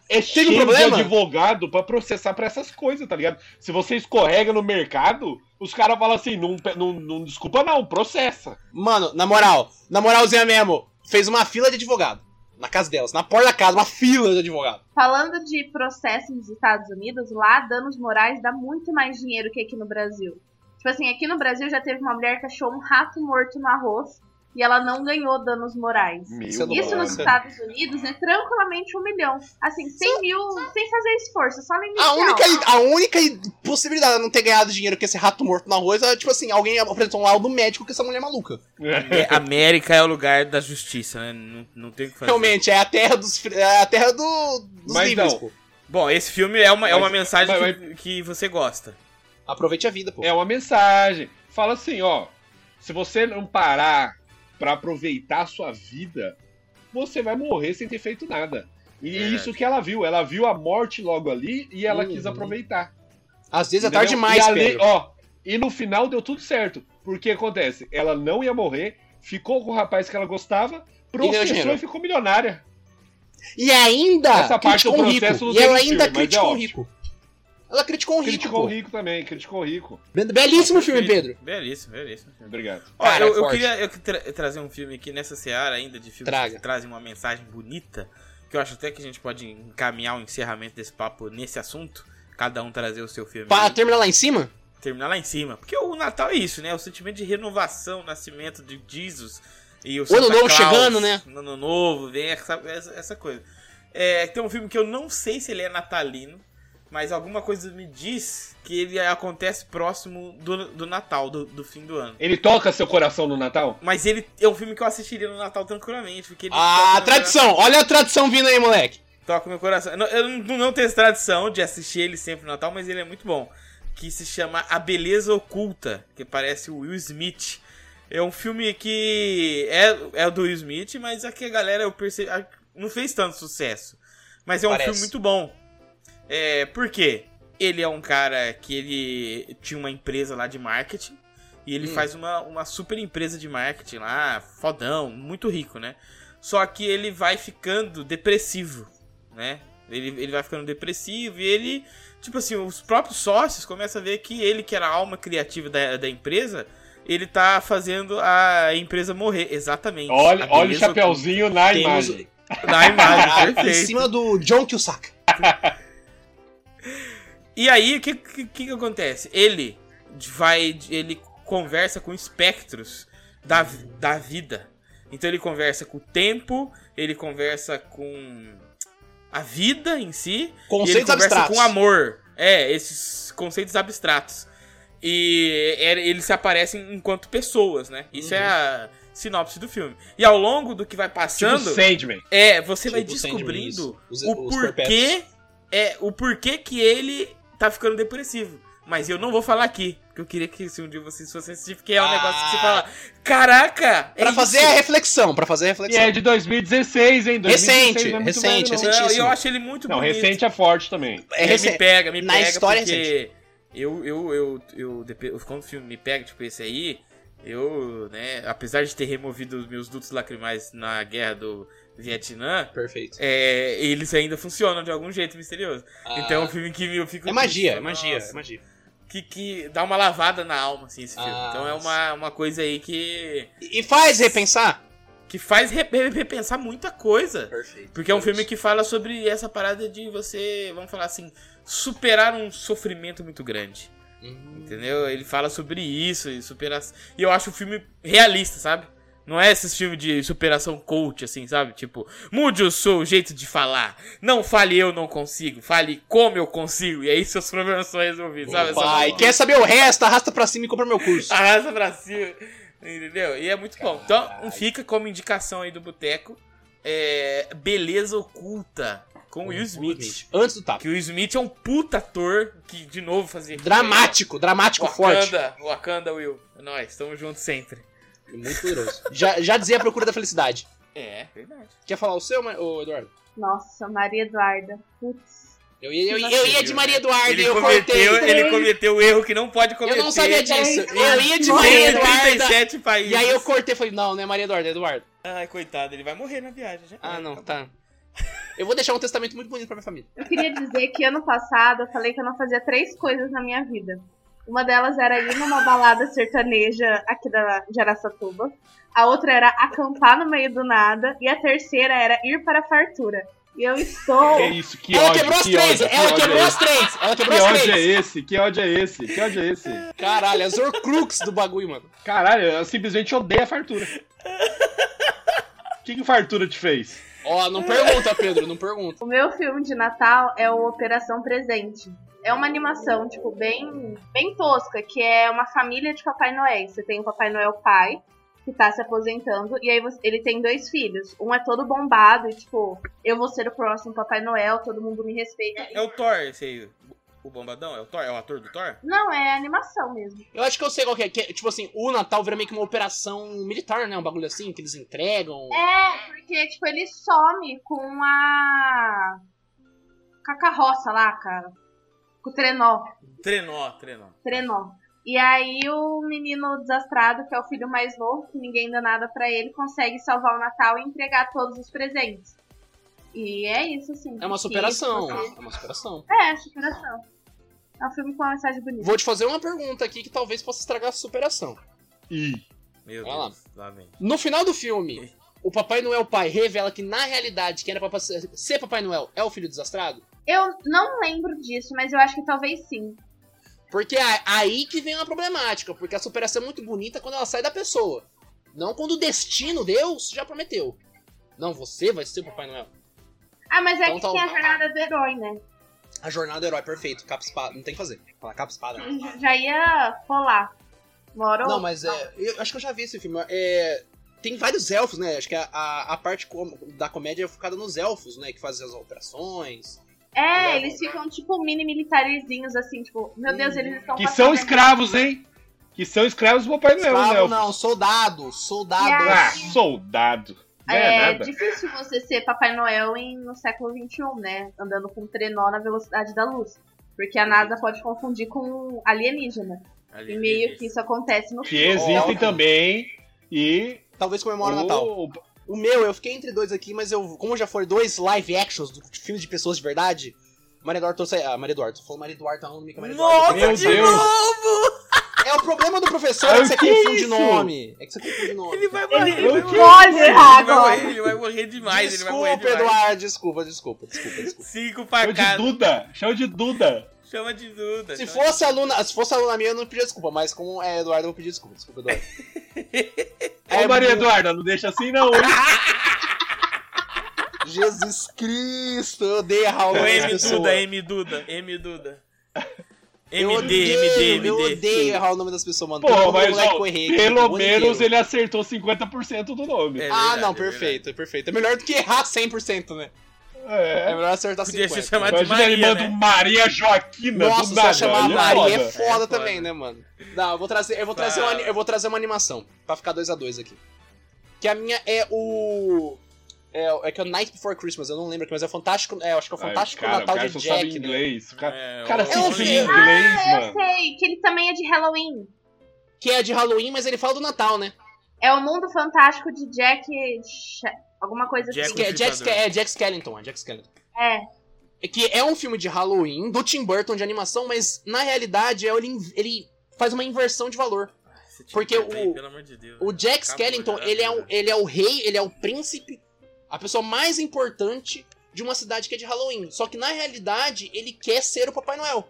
Speaker 3: É cheio
Speaker 2: problema?
Speaker 3: de advogado pra processar pra essas coisas, tá ligado? Se você escorrega no mercado, os caras falam assim, não, pe- não, não desculpa não, processa.
Speaker 2: Mano, na moral, na moralzinha mesmo, fez uma fila de advogado. Na casa delas, na porta da casa, uma fila de advogado.
Speaker 4: Falando de processo nos Estados Unidos, lá danos morais dá muito mais dinheiro que aqui no Brasil. Tipo assim, aqui no Brasil já teve uma mulher que achou um rato morto no arroz e ela não ganhou danos morais.
Speaker 2: Isso é
Speaker 3: Meu
Speaker 2: Nossa.
Speaker 4: Isso nos Estados Unidos é tranquilamente um milhão. Assim, 100 mil, sem fazer esforço, só no
Speaker 2: A
Speaker 4: inicial.
Speaker 2: única, a única possibilidade de não ter ganhado dinheiro com esse rato morto na rua é, tipo assim, alguém apresentou um laudo médico que essa mulher é maluca.
Speaker 1: É, América é o lugar da justiça, né? Não, não tem o que fazer.
Speaker 2: Realmente, é a terra dos. fri- É a terra do, dos
Speaker 3: Mas
Speaker 2: livres,
Speaker 3: não.
Speaker 2: pô.
Speaker 1: Bom, esse filme é uma, é
Speaker 3: Mas-
Speaker 1: uma mensagem
Speaker 3: mas-
Speaker 1: que, que você gosta.
Speaker 2: Aproveite a vida, pô.
Speaker 3: É uma mensagem. Fala assim, ó. Se você não parar pra aproveitar a sua vida, você vai morrer sem ter feito nada. E
Speaker 2: É.
Speaker 1: Verdade.
Speaker 3: isso que ela viu. Ela viu a morte logo ali e ela
Speaker 2: Uhum.
Speaker 3: quis aproveitar.
Speaker 2: Às vezes é
Speaker 3: entendeu?
Speaker 2: tarde demais,
Speaker 3: e ali-
Speaker 2: Pedro.
Speaker 3: ó, e no final deu tudo certo. Porque acontece, ela não ia morrer, ficou com o rapaz que ela gostava,
Speaker 2: ganhou
Speaker 3: processou
Speaker 2: dinheiro.
Speaker 3: e, ficou milionária.
Speaker 2: E ainda
Speaker 3: Essa parte
Speaker 2: criticou
Speaker 3: do
Speaker 2: o rico.
Speaker 3: processo não
Speaker 2: E
Speaker 3: tem
Speaker 2: ela
Speaker 3: no
Speaker 2: ainda
Speaker 3: filme, mas é
Speaker 2: criticou o
Speaker 3: ótimo.
Speaker 2: rico. Ela criticou o rico.
Speaker 3: criticou o
Speaker 2: pô.
Speaker 3: rico também, criticou o rico.
Speaker 2: Be- Belíssimo filme,
Speaker 1: um
Speaker 2: Pedro.
Speaker 1: Belíssimo, belíssimo. filme.
Speaker 3: Obrigado.
Speaker 1: Ó,
Speaker 2: Cara,
Speaker 1: eu, eu
Speaker 2: forte.
Speaker 1: queria eu que tra- trazer um filme aqui nessa seara ainda de filmes
Speaker 2: Traga.
Speaker 1: que trazem uma mensagem bonita, que eu acho até que a gente pode encaminhar o encerramento desse papo nesse assunto, cada um trazer o seu filme.
Speaker 2: Pra terminar lá em cima?
Speaker 1: terminar lá em cima. Porque o Natal é isso, né? O sentimento de renovação, nascimento de Jesus e o, Santa
Speaker 2: Ano Novo
Speaker 1: Claus,
Speaker 2: chegando, né?
Speaker 1: Ano Novo, vem essa, essa, essa coisa. É, tem um filme que eu não sei se ele é natalino, mas alguma coisa me diz que ele acontece próximo do, do Natal, do, do fim do ano.
Speaker 3: Ele toca seu coração no Natal?
Speaker 1: Mas ele é um filme que eu assistiria no Natal tranquilamente, porque ele toca
Speaker 2: Ah,
Speaker 1: meu
Speaker 2: tradição. Olha a tradição vindo aí, moleque.
Speaker 1: cora- toca meu coração. Eu não- Eu não, não tenho essa tradição de assistir ele sempre no Natal, mas ele é muito bom. Que se chama A Beleza Oculta, que parece o Will Smith. É um filme que é, é o do Will Smith, mas aqui a galera eu percebi, a- não fez tanto sucesso. Mas é um
Speaker 2: Parece.
Speaker 1: filme muito bom. É, por quê? Ele é um cara que ele tinha uma empresa lá de marketing. E ele
Speaker 2: Hum.
Speaker 1: faz uma, uma super empresa de marketing lá, fodão, muito rico, né? Só que ele vai ficando depressivo, né? Ele, ele vai ficando depressivo e ele, tipo assim, os próprios sócios começam a ver que ele, que era a alma criativa da, da empresa, ele tá fazendo a empresa morrer. Exatamente.
Speaker 3: Olha,
Speaker 1: A
Speaker 3: olha o
Speaker 1: beleza
Speaker 3: chapeuzinho na
Speaker 2: Temos- um
Speaker 3: imagem.
Speaker 1: Na imagem,
Speaker 2: em
Speaker 1: perfeito.
Speaker 2: cima do John Cusack.
Speaker 1: E aí, o que, que, que que acontece? Ele vai. Ele conversa com espectros da, vi- da vida. Então ele conversa com o tempo, ele conversa com a vida em si. e ele
Speaker 2: Conceitos
Speaker 1: conversa
Speaker 2: abstratos.
Speaker 1: com amor. É, esses conceitos abstratos. E é- eles se aparecem enquanto pessoas, né? Isso é a
Speaker 2: Uhum.
Speaker 1: sinopse do filme. E ao longo do que vai
Speaker 3: Tipo
Speaker 1: passando,
Speaker 3: Sandman.
Speaker 1: é, você vai
Speaker 2: Tipo Sandman,
Speaker 1: descobrindo
Speaker 2: os-
Speaker 1: o
Speaker 2: os
Speaker 1: porquê
Speaker 2: perpétuos.
Speaker 1: é o porquê que ele tá ficando depressivo. Mas eu não vou falar aqui, porque eu queria que se um dia vocês fossem assistir, porque é um
Speaker 2: Ah.
Speaker 1: negócio que você fala, caraca! é
Speaker 2: Pra fazer
Speaker 1: isso."
Speaker 2: a reflexão, pra fazer a
Speaker 3: E
Speaker 2: reflexão.
Speaker 3: é de 2016, hein? 2016
Speaker 2: Recente,
Speaker 3: não é muito
Speaker 2: recente,
Speaker 3: velho, não.
Speaker 2: recente.
Speaker 1: não, eu
Speaker 2: recentíssimo.
Speaker 1: acho ele muito
Speaker 3: Não,
Speaker 1: bonito.
Speaker 3: recente é forte também.
Speaker 2: É
Speaker 1: Ele
Speaker 2: recente.
Speaker 1: me pega, me
Speaker 2: Na
Speaker 1: pega,
Speaker 2: história é
Speaker 1: porque eu, eu, eu, eu, depe- quando o filme me pega, tipo esse aí, eu, né, apesar de ter removido os meus dutos lacrimais na guerra do Vietnã,
Speaker 2: Perfeito.
Speaker 1: é, eles ainda funcionam de algum jeito misterioso. Então é um filme que eu fico.
Speaker 2: Ah. é magia, é
Speaker 1: Nossa.
Speaker 2: magia, é magia.
Speaker 1: que, que dá uma lavada na alma, assim, esse filme.
Speaker 2: Ah,
Speaker 1: então é uma, uma coisa aí que,
Speaker 2: E faz repensar.
Speaker 1: que faz re- re- repensar muita coisa.
Speaker 2: Perfeito.
Speaker 1: Porque é um filme que fala sobre essa parada de você, vamos falar assim, superar um sofrimento muito grande. Entendeu? Ele fala sobre isso e superação. E eu acho o filme realista, sabe? Não é esses filmes de superação coach, assim, sabe? Tipo, mude o seu jeito de falar. Não fale eu não consigo. Fale como eu consigo. E aí seus problemas são resolvidos, sabe? Essa
Speaker 2: Pai,
Speaker 1: parada.
Speaker 2: quer saber o resto? Arrasta pra cima e compra meu curso.
Speaker 1: Arrasa pra cima. Entendeu? E é muito bom. Então, fica como indicação aí do Boteco. é, Beleza Oculta. Com Will Smith.
Speaker 2: Antes do tapa.
Speaker 1: Que o Will Smith é um puta ator que, de novo, fazia.
Speaker 2: Dramático, dramático forte.
Speaker 1: Wakanda, Wakanda, Will. É nóis, tamo junto sempre.
Speaker 2: Muito poderoso. já, já dizia a procura da felicidade.
Speaker 1: É, verdade.
Speaker 2: Quer falar o seu, Ma- ô, Eduardo?
Speaker 4: Nossa, Maria Eduarda. Putz.
Speaker 2: Eu ia, eu, eu ia de Maria Eduarda,
Speaker 1: ele
Speaker 2: eu cortei.
Speaker 1: cometeu, ele cometeu o erro que não pode cometer.
Speaker 2: Eu não sabia disso. Eu ia de
Speaker 4: Não,
Speaker 1: Tem
Speaker 2: Maria
Speaker 4: é
Speaker 2: Eduarda.
Speaker 1: 37 países.
Speaker 2: E aí eu cortei falei, não, não é Maria Eduarda, é Eduardo.
Speaker 1: Ai, coitado, ele vai morrer na viagem. Já
Speaker 2: Ah,
Speaker 1: era,
Speaker 2: não,
Speaker 1: acabou.
Speaker 2: tá. Eu vou deixar um testamento muito bonito pra minha família.
Speaker 4: Eu queria dizer que ano passado eu falei que eu não fazia três coisas na minha vida. Uma delas era ir numa balada sertaneja aqui da, de Araçatuba. A outra era acampar no meio do nada. E a terceira era ir para a fartura. E eu estou.
Speaker 3: Que isso, que
Speaker 2: ela
Speaker 3: ódio,
Speaker 2: quebrou as
Speaker 3: que
Speaker 2: três!
Speaker 3: ódio, que
Speaker 2: ela
Speaker 3: ódio
Speaker 2: quebrou
Speaker 3: é
Speaker 2: as três! Ela
Speaker 3: esse?
Speaker 2: quebrou
Speaker 3: Que
Speaker 2: as
Speaker 3: ódio é
Speaker 2: três!
Speaker 3: esse? Que ódio é esse? Que ódio é esse?
Speaker 2: Caralho, as Horcrux do bagulho, mano.
Speaker 3: Caralho, eu simplesmente odeio a fartura. O que, que fartura te fez?
Speaker 2: Ó, não pergunta, Pedro, não pergunta.
Speaker 4: O meu filme de Natal é o Operação Presente. É uma animação, tipo, bem, bem tosca, que é uma família de Papai Noel. Você tem o Papai Noel pai, que tá se aposentando, e aí você- ele tem dois filhos. Um é todo bombado e, tipo, eu vou ser o próximo Papai Noel, todo mundo me respeita.
Speaker 1: É o Thor, esse aí. O Bombadão? É o Thor? É o ator do Thor?
Speaker 4: Não, é animação mesmo.
Speaker 2: Eu acho que eu sei qual que é. que é, tipo assim, o Natal vira meio que uma operação militar, né? Um bagulho assim, que eles entregam.
Speaker 4: É, porque, tipo, ele some com a. com a carroça lá, cara. Com o trenó.
Speaker 1: Trenó, trenó.
Speaker 4: trenó. E aí o menino desastrado, que é o filho mais novo, que ninguém dá nada pra ele, consegue salvar o Natal e entregar todos os presentes. E é isso, assim.
Speaker 2: É uma
Speaker 4: que
Speaker 2: superação.
Speaker 4: isso,
Speaker 2: É uma superação.
Speaker 4: É, superação. É um filme com uma mensagem bonita.
Speaker 2: Vou te fazer uma pergunta aqui que talvez possa estragar a superação.
Speaker 3: Ih,
Speaker 1: Meu
Speaker 2: Vai lá.
Speaker 1: Deus, lá vem.
Speaker 2: No final do filme, o Papai Noel pai revela que na realidade quem era pra ser ser Papai Noel é o filho desastrado?
Speaker 4: Eu não lembro disso, mas eu acho que talvez sim.
Speaker 2: Porque é aí que vem uma problemática, porque a superação é muito bonita quando ela sai da pessoa. Não quando o destino, Deus, já prometeu. Não, você vai ser o Papai Noel.
Speaker 4: Ah, mas é
Speaker 2: Então
Speaker 4: que
Speaker 2: tá
Speaker 4: tem a
Speaker 2: bom.
Speaker 4: jornada do herói, né?
Speaker 2: A jornada do herói, é perfeito. Capa espada. Não tem o que fazer. Falar capa espada. né?
Speaker 4: Já ia rolar. Moro?
Speaker 2: Não, mas é. Eu acho que eu já vi esse filme. É, tem vários elfos, né? Acho que a, a, a parte com- da comédia é focada nos elfos, né? Que fazem as operações.
Speaker 4: É, eles ficam tipo mini militarizinhos, assim, tipo, meu Deus, eles estão
Speaker 3: que são
Speaker 4: passando-
Speaker 3: escravos, hein? Que são escravos do Papai Noel,
Speaker 2: Escravo,
Speaker 3: né?
Speaker 2: não, soldado, soldado.
Speaker 3: Ah, soldado. Não é,
Speaker 4: É,
Speaker 3: nada.
Speaker 4: difícil você ser Papai Noel em, no século XXI, né? Andando com um trenó na velocidade da luz. Porque a NASA pode confundir com alienígena.
Speaker 1: Ali,
Speaker 4: E meio
Speaker 1: ali.
Speaker 4: que isso acontece no
Speaker 3: Que existem
Speaker 2: Ó.
Speaker 3: também. E
Speaker 2: Talvez comemora o
Speaker 3: o,
Speaker 2: Natal.
Speaker 3: o,
Speaker 2: O meu, eu fiquei entre dois aqui, mas eu, como já foram dois live actions do- de filmes de pessoas de verdade, Maria Eduardo trouxe. Ah, Maria Eduardo, tô falando Maria Eduardo, tá não me Maria Eduardo.
Speaker 1: Nossa,
Speaker 3: Meu
Speaker 1: de
Speaker 3: Deus.
Speaker 1: novo!
Speaker 2: É o problema do professor,
Speaker 3: Ah,
Speaker 2: é que você
Speaker 3: que
Speaker 2: confunde
Speaker 3: isso?
Speaker 2: nome. É que você confunde nome.
Speaker 1: Ele vai morrer,
Speaker 3: Ele-
Speaker 1: ele
Speaker 3: Eu
Speaker 1: vai
Speaker 3: que-
Speaker 1: morrer,
Speaker 4: Pode errar
Speaker 1: ele vai morrer,
Speaker 4: agora.
Speaker 1: ele vai morrer demais, ele vai
Speaker 2: desculpa,
Speaker 1: morrer demais.
Speaker 2: Eduardo, desculpa, desculpa, desculpa, desculpa.
Speaker 1: Cinco
Speaker 3: Show de
Speaker 1: facadas,
Speaker 3: Duda! Show de Duda!
Speaker 1: chama de Duda.
Speaker 2: Se
Speaker 1: chama
Speaker 2: fosse aluna, se fosse aluna minha, eu não pedia desculpa, mas como é Eduardo, eu vou pedir desculpa. Desculpa, Eduardo.
Speaker 3: Ô, Maria
Speaker 2: muito-
Speaker 3: Eduarda, não deixa assim não, hein?
Speaker 2: Jesus Cristo, eu odeio errar
Speaker 1: de- O
Speaker 2: algumas
Speaker 1: M
Speaker 2: pessoas.
Speaker 1: Duda, M Duda, M Duda.
Speaker 2: eu
Speaker 1: MD,
Speaker 2: odeio,
Speaker 1: MD,
Speaker 2: eu
Speaker 1: MD.
Speaker 2: odeio errar o nome das pessoas, mano.
Speaker 3: Pô, mas
Speaker 2: moleque
Speaker 3: ó,
Speaker 2: correr aqui, todo
Speaker 3: pelo
Speaker 2: mundo
Speaker 3: menos
Speaker 2: inteiro.
Speaker 3: ele acertou 50% do nome.
Speaker 1: É.
Speaker 3: É,
Speaker 2: Ah,
Speaker 1: verdade,
Speaker 2: não,
Speaker 1: é
Speaker 2: perfeito, perfeito. É melhor do que errar 100%, né? É melhor acertar
Speaker 1: Podia ser
Speaker 2: 50%.
Speaker 1: chamado-
Speaker 3: Imagina
Speaker 1: Maria,
Speaker 3: ele manda um
Speaker 1: né?
Speaker 3: Maria Joaquina
Speaker 2: Nossa,
Speaker 3: do
Speaker 2: se
Speaker 3: nada.
Speaker 2: eu chamar a
Speaker 3: aí é
Speaker 2: Maria é
Speaker 3: foda.
Speaker 2: foda,
Speaker 1: É
Speaker 2: também,
Speaker 1: foda.
Speaker 2: né, mano? Não, eu vou trazer, eu vou trazer,
Speaker 1: Fala.
Speaker 2: uma, eu vou trazer uma animação pra ficar 2 a 2 aqui. Que a minha é o é, é que é o Night Before Christmas, eu não lembro aqui, mas é o fantástico, é, eu acho que é o
Speaker 3: Ai,
Speaker 2: Fantástico
Speaker 3: cara,
Speaker 2: Natal
Speaker 3: o cara
Speaker 2: de
Speaker 3: só
Speaker 2: Jack.
Speaker 3: sabe
Speaker 2: né?
Speaker 3: inglês. O cara,
Speaker 1: É,
Speaker 3: o cara
Speaker 1: o-
Speaker 3: assiste
Speaker 2: eu-
Speaker 3: em inglês,
Speaker 4: Ah, Eu
Speaker 3: mano.
Speaker 4: sei que ele também é de Halloween.
Speaker 2: Que é de Halloween, mas ele fala do Natal, né?
Speaker 4: É o mundo fantástico de Jack. Sh- Alguma coisa
Speaker 1: Jack-
Speaker 4: assim.
Speaker 2: Que é, Jack, Ske- é Jack Skellington, é Jack Skellington.
Speaker 4: É.
Speaker 2: É Que é um filme de Halloween, do Tim Burton de animação, mas na realidade é, ele, in- ele faz uma inversão de valor.
Speaker 1: Esse tipo
Speaker 2: Porque
Speaker 1: de-
Speaker 2: o-
Speaker 1: pelo amor de Deus.
Speaker 2: O Jack
Speaker 1: Acabou,
Speaker 2: Skellington,
Speaker 1: já
Speaker 2: ele é, o,
Speaker 1: era.
Speaker 2: ele é o rei, ele é o príncipe, a pessoa mais importante de uma cidade que é de Halloween. Só que na realidade, ele quer ser o Papai Noel.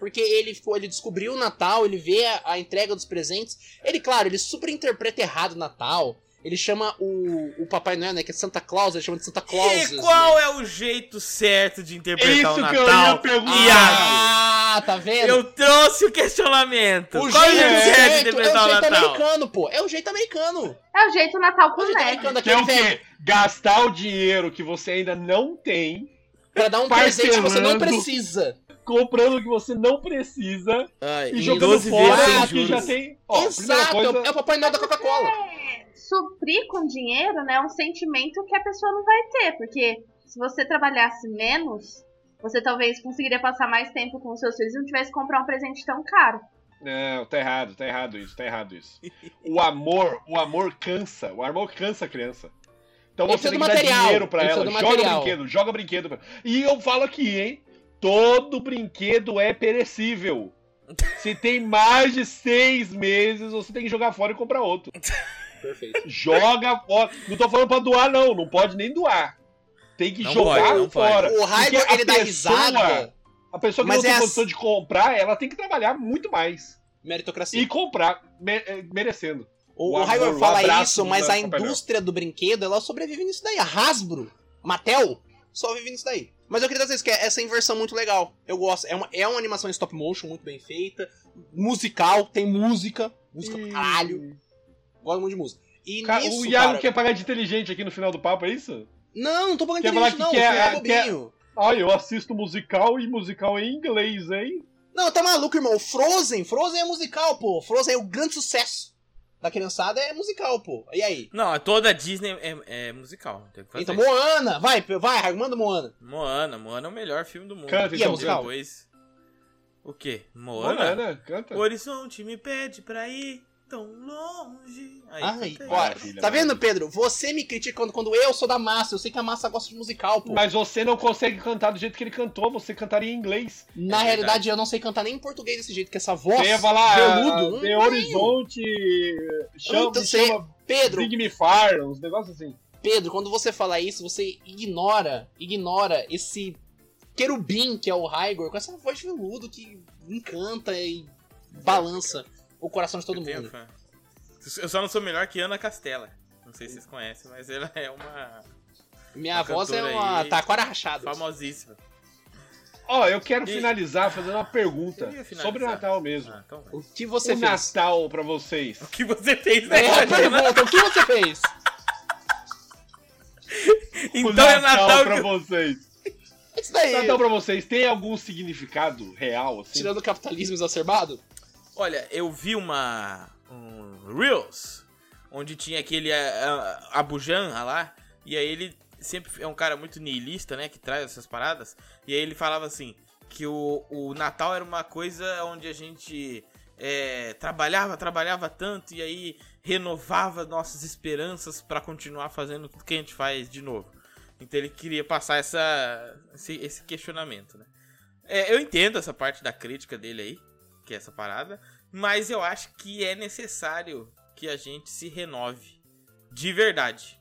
Speaker 2: Porque ele ficou, ele descobriu o Natal, ele vê a, a entrega dos presentes. Ele, claro, ele super interpreta errado o Natal. Ele chama o, o Papai Noel, né, que é Santa Claus, ele chama de Santa Claus.
Speaker 1: E qual é o jeito certo de interpretar
Speaker 3: Isso
Speaker 1: o
Speaker 3: que eu ia
Speaker 1: Natal?
Speaker 3: perguntar.
Speaker 1: Iago?
Speaker 2: Ah, tá vendo?
Speaker 1: Eu trouxe o questionamento.
Speaker 2: O
Speaker 1: qual é o jeito
Speaker 2: jeito
Speaker 1: certo de
Speaker 2: certo é
Speaker 1: interpretar
Speaker 2: o
Speaker 1: o
Speaker 2: jeito
Speaker 1: Natal?
Speaker 2: americano, pô. É o jeito americano.
Speaker 4: É o jeito Natal
Speaker 2: É o
Speaker 4: com
Speaker 2: jeito
Speaker 4: neve.
Speaker 2: americano
Speaker 3: Que é
Speaker 2: daquele
Speaker 3: o
Speaker 2: velho.
Speaker 3: quê? Gastar o dinheiro que você ainda não tem,
Speaker 2: Pra dar um presente que você não
Speaker 3: Parcelando.
Speaker 2: precisa.
Speaker 3: comprando o que você não precisa
Speaker 2: Ai,
Speaker 3: e
Speaker 1: Em
Speaker 3: jogando
Speaker 1: 12
Speaker 3: fora
Speaker 1: vezes sem
Speaker 3: o que
Speaker 1: juros.
Speaker 3: já tem. Ó, primeira
Speaker 2: Exato, é
Speaker 3: coisa,
Speaker 2: o Papai Noel da Coca-Cola.
Speaker 4: Suprir com dinheiro, né? É um sentimento que a pessoa não vai ter. Porque se você trabalhasse menos, você talvez conseguiria passar mais tempo com os seus filhos e não tivesse que comprar um presente tão caro.
Speaker 3: Não, tá errado, tá errado isso, tá errado isso. O amor, o amor cansa, o amor cansa a criança. Então
Speaker 2: Ele
Speaker 3: você
Speaker 2: precisa
Speaker 3: tem
Speaker 2: do
Speaker 3: que dar
Speaker 2: material,
Speaker 3: dinheiro pra
Speaker 2: ele
Speaker 3: ela,
Speaker 2: precisa do
Speaker 3: joga
Speaker 2: material.
Speaker 3: brinquedo, joga brinquedo. pra- E eu falo aqui, hein, todo brinquedo é perecível. Se tem mais de seis meses, você tem que jogar fora e comprar outro.
Speaker 2: Perfeito.
Speaker 3: Joga fora. Não tô falando pra doar, não. Não pode nem doar. Tem que
Speaker 1: Não
Speaker 3: jogar
Speaker 1: pode, não pode.
Speaker 3: fora.
Speaker 2: O
Speaker 3: Porque
Speaker 2: Raidor,
Speaker 3: a
Speaker 2: ele dá
Speaker 3: pessoa-
Speaker 2: risada.
Speaker 3: A pessoa que
Speaker 2: Mas
Speaker 3: não tem
Speaker 2: é
Speaker 3: condição
Speaker 2: assim-
Speaker 3: de comprar, ela tem que trabalhar muito mais.
Speaker 2: Meritocracia.
Speaker 3: E comprar, me- eh, merecendo.
Speaker 2: o
Speaker 3: o
Speaker 2: o Raidor
Speaker 3: amor, o
Speaker 2: fala
Speaker 3: abraço
Speaker 2: isso,
Speaker 3: do
Speaker 2: mas a
Speaker 3: Papai Noel.
Speaker 2: indústria do brinquedo, ela sobrevive nisso daí. A Hasbro, Mattel, só vive nisso daí. Mas eu queria dizer isso, que é essa inversão muito legal. Eu gosto. É uma, é uma animação em stop motion muito bem feita. Musical, tem música. Música pra caralho. Gosto muito de música. E
Speaker 3: Hum. Ca-
Speaker 2: nisso,
Speaker 3: o Iago
Speaker 2: cara...
Speaker 3: quer pagar de inteligente aqui no final do papo, é isso?
Speaker 2: Não, não tô pagando
Speaker 3: Quer
Speaker 2: internet,
Speaker 3: falar que
Speaker 2: não.
Speaker 3: quer-
Speaker 2: filho, é
Speaker 3: quer-
Speaker 2: bobinho.
Speaker 3: Ai, eu assisto musical e musical em inglês, hein?
Speaker 2: Não, tá maluco, irmão. O Frozen, Frozen é musical, pô. Frozen é o grande sucesso da criançada, é musical, pô. E aí?
Speaker 1: Não, toda Disney é, é musical. não Tem o que fazer.
Speaker 2: Então, Moana, vai, p- vai, Raio, manda Moana.
Speaker 1: Moana, Moana é o melhor filme do mundo.
Speaker 3: Canta,
Speaker 2: E
Speaker 3: então.
Speaker 2: é musical?
Speaker 3: canta.
Speaker 1: Depois. O quê? Moana?
Speaker 3: Moana, né? canta.
Speaker 1: O horizonte me pede pra ir tão longe. Aí,
Speaker 2: Ai,
Speaker 1: canta aí.
Speaker 2: bora.
Speaker 3: maravilha,
Speaker 2: Tá vendo,
Speaker 3: maravilha.
Speaker 2: Pedro? Você me critica quando, quando eu sou da massa. Eu sei que a massa gosta de musical, pô.
Speaker 3: Mas você não consegue cantar do jeito que ele cantou, você cantaria em inglês.
Speaker 1: É
Speaker 2: Na
Speaker 1: verdade.
Speaker 2: realidade, eu não sei cantar nem em português desse jeito, que essa voz.
Speaker 3: Você ia falar,
Speaker 2: veludo,
Speaker 3: ah,
Speaker 2: hum,
Speaker 3: The
Speaker 2: não
Speaker 3: Horizonte, chama,
Speaker 2: Então, você-
Speaker 3: chama
Speaker 2: Pedro,
Speaker 3: Big Me Fire, uns negócios assim.
Speaker 2: Pedro, quando você fala isso, você ignora, ignora esse querubim que é o Raigor com essa voz de veludo que encanta e balança o coração de todo
Speaker 1: Eu tenho
Speaker 2: mundo.
Speaker 1: fã. Eu só não sou melhor que Ana Castela. Não sei se vocês conhecem, mas ela é uma
Speaker 2: Minha
Speaker 1: Uma
Speaker 2: voz é
Speaker 1: cantora
Speaker 2: uma
Speaker 1: aí.
Speaker 2: taquara rachada.
Speaker 1: famosíssima.
Speaker 3: Ó, eu quero
Speaker 1: E-
Speaker 3: finalizar fazendo uma pergunta
Speaker 1: Eu ia finalizar.
Speaker 3: sobre o Natal mesmo.
Speaker 1: Ah, então vai.
Speaker 2: O
Speaker 1: o
Speaker 2: que você
Speaker 3: o
Speaker 2: fez?
Speaker 3: Natal pra vocês.
Speaker 1: que você fez, né?
Speaker 2: É a
Speaker 1: Ana?
Speaker 2: pergunta, o que você fez?
Speaker 1: Então
Speaker 3: o
Speaker 1: é Natal
Speaker 3: Um pra
Speaker 1: que...
Speaker 3: vocês.
Speaker 2: É Isso daí.
Speaker 3: Natal então, pra vocês tem algum significado real assim?
Speaker 2: Tirando o capitalismo exacerbado?
Speaker 1: Olha, eu vi uma... Um Reels, onde tinha aquele ah, ah, Abujanra lá, e aí ele sempre é um cara muito niilista, né, que traz essas paradas, e aí ele falava assim, que o, o Natal era uma coisa onde a gente é, trabalhava, trabalhava tanto e aí renovava nossas esperanças pra continuar fazendo tudo que a gente faz de novo. Então ele queria passar essa, esse, esse questionamento, né? É, eu entendo essa parte da crítica dele aí, que é essa parada, mas eu acho que é necessário que a gente se renove. De verdade.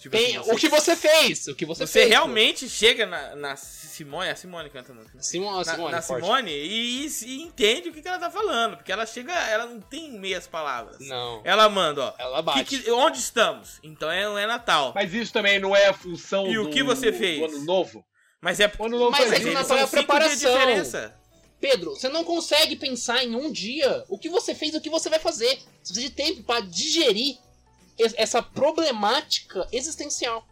Speaker 1: Tipo
Speaker 2: Tem-
Speaker 1: assim, você-
Speaker 2: o que você fez? O que você,
Speaker 1: você
Speaker 2: fez?
Speaker 1: realmente chega na, na Simone, é a Simone canta muito. né?
Speaker 2: Simone,
Speaker 1: Na,
Speaker 2: Simone,
Speaker 1: na
Speaker 2: forte.
Speaker 1: Simone e, e- e entende o que, que ela tá falando, porque ela chega, ela não tem meias palavras.
Speaker 2: Não.
Speaker 1: Ela manda, ó.
Speaker 2: Ela
Speaker 1: que
Speaker 2: bate.
Speaker 1: que- onde estamos? Então é, não é Natal.
Speaker 3: Mas isso também não é a função
Speaker 1: E o
Speaker 3: do-
Speaker 1: que você fez?
Speaker 3: do ano novo.
Speaker 1: Mas é
Speaker 3: O ano novo
Speaker 2: Mas
Speaker 3: foi
Speaker 2: é que
Speaker 3: isso.
Speaker 2: o
Speaker 1: eles
Speaker 2: Natal é
Speaker 1: são
Speaker 2: a
Speaker 1: cinco dias de
Speaker 2: preparação.
Speaker 1: diferença.
Speaker 2: Pedro, você não consegue pensar em um dia o que você fez e o que você vai fazer. Você precisa de tempo pra digerir es- essa problemática existencial.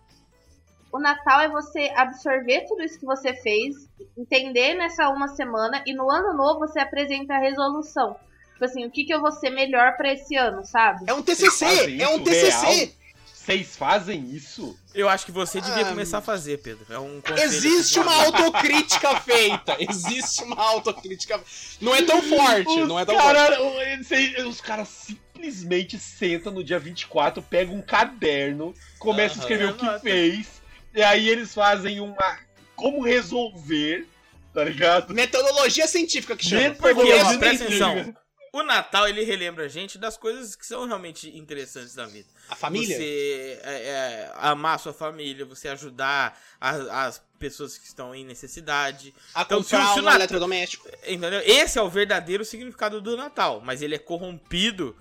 Speaker 4: O Natal é você absorver tudo isso que você fez, entender nessa uma semana e no ano novo você apresenta a resolução. Tipo assim, o que, que eu vou ser melhor pra esse ano, sabe?
Speaker 2: É um
Speaker 3: Vocês
Speaker 2: TCC,
Speaker 3: fazem
Speaker 2: é um
Speaker 3: isso
Speaker 2: TCC.
Speaker 3: real? Vocês fazem isso?
Speaker 1: Eu acho que você devia
Speaker 2: Ah,
Speaker 1: começar a fazer, Pedro. É um conselho
Speaker 2: Existe
Speaker 1: que eu
Speaker 2: uma autocrítica feita. Existe uma autocrítica. Não é tão forte,
Speaker 3: Os
Speaker 2: não é tão forte.
Speaker 3: cara- eles- eles- os caras simplesmente sentam no dia 24, pegam um caderno, começam a
Speaker 2: Aham.
Speaker 3: escrever o
Speaker 1: Anota.
Speaker 3: que fez, e aí eles fazem uma. Como resolver, tá ligado?
Speaker 2: Metodologia científica que chama.
Speaker 3: Metodologia
Speaker 1: Porque, ó,
Speaker 3: Mas
Speaker 1: presta
Speaker 3: nem
Speaker 1: atenção.
Speaker 3: diga.
Speaker 1: O Natal, ele relembra a gente das coisas que são realmente interessantes na vida.
Speaker 2: A família?
Speaker 1: Você é, é, amar a sua família, você ajudar a- as pessoas que estão em necessidade.
Speaker 2: A
Speaker 1: Então, se o-
Speaker 2: comprar
Speaker 1: se o
Speaker 2: um
Speaker 1: Natal-
Speaker 2: eletrodoméstico.
Speaker 1: Entendeu? Esse é o verdadeiro significado do Natal. Mas ele é corrompido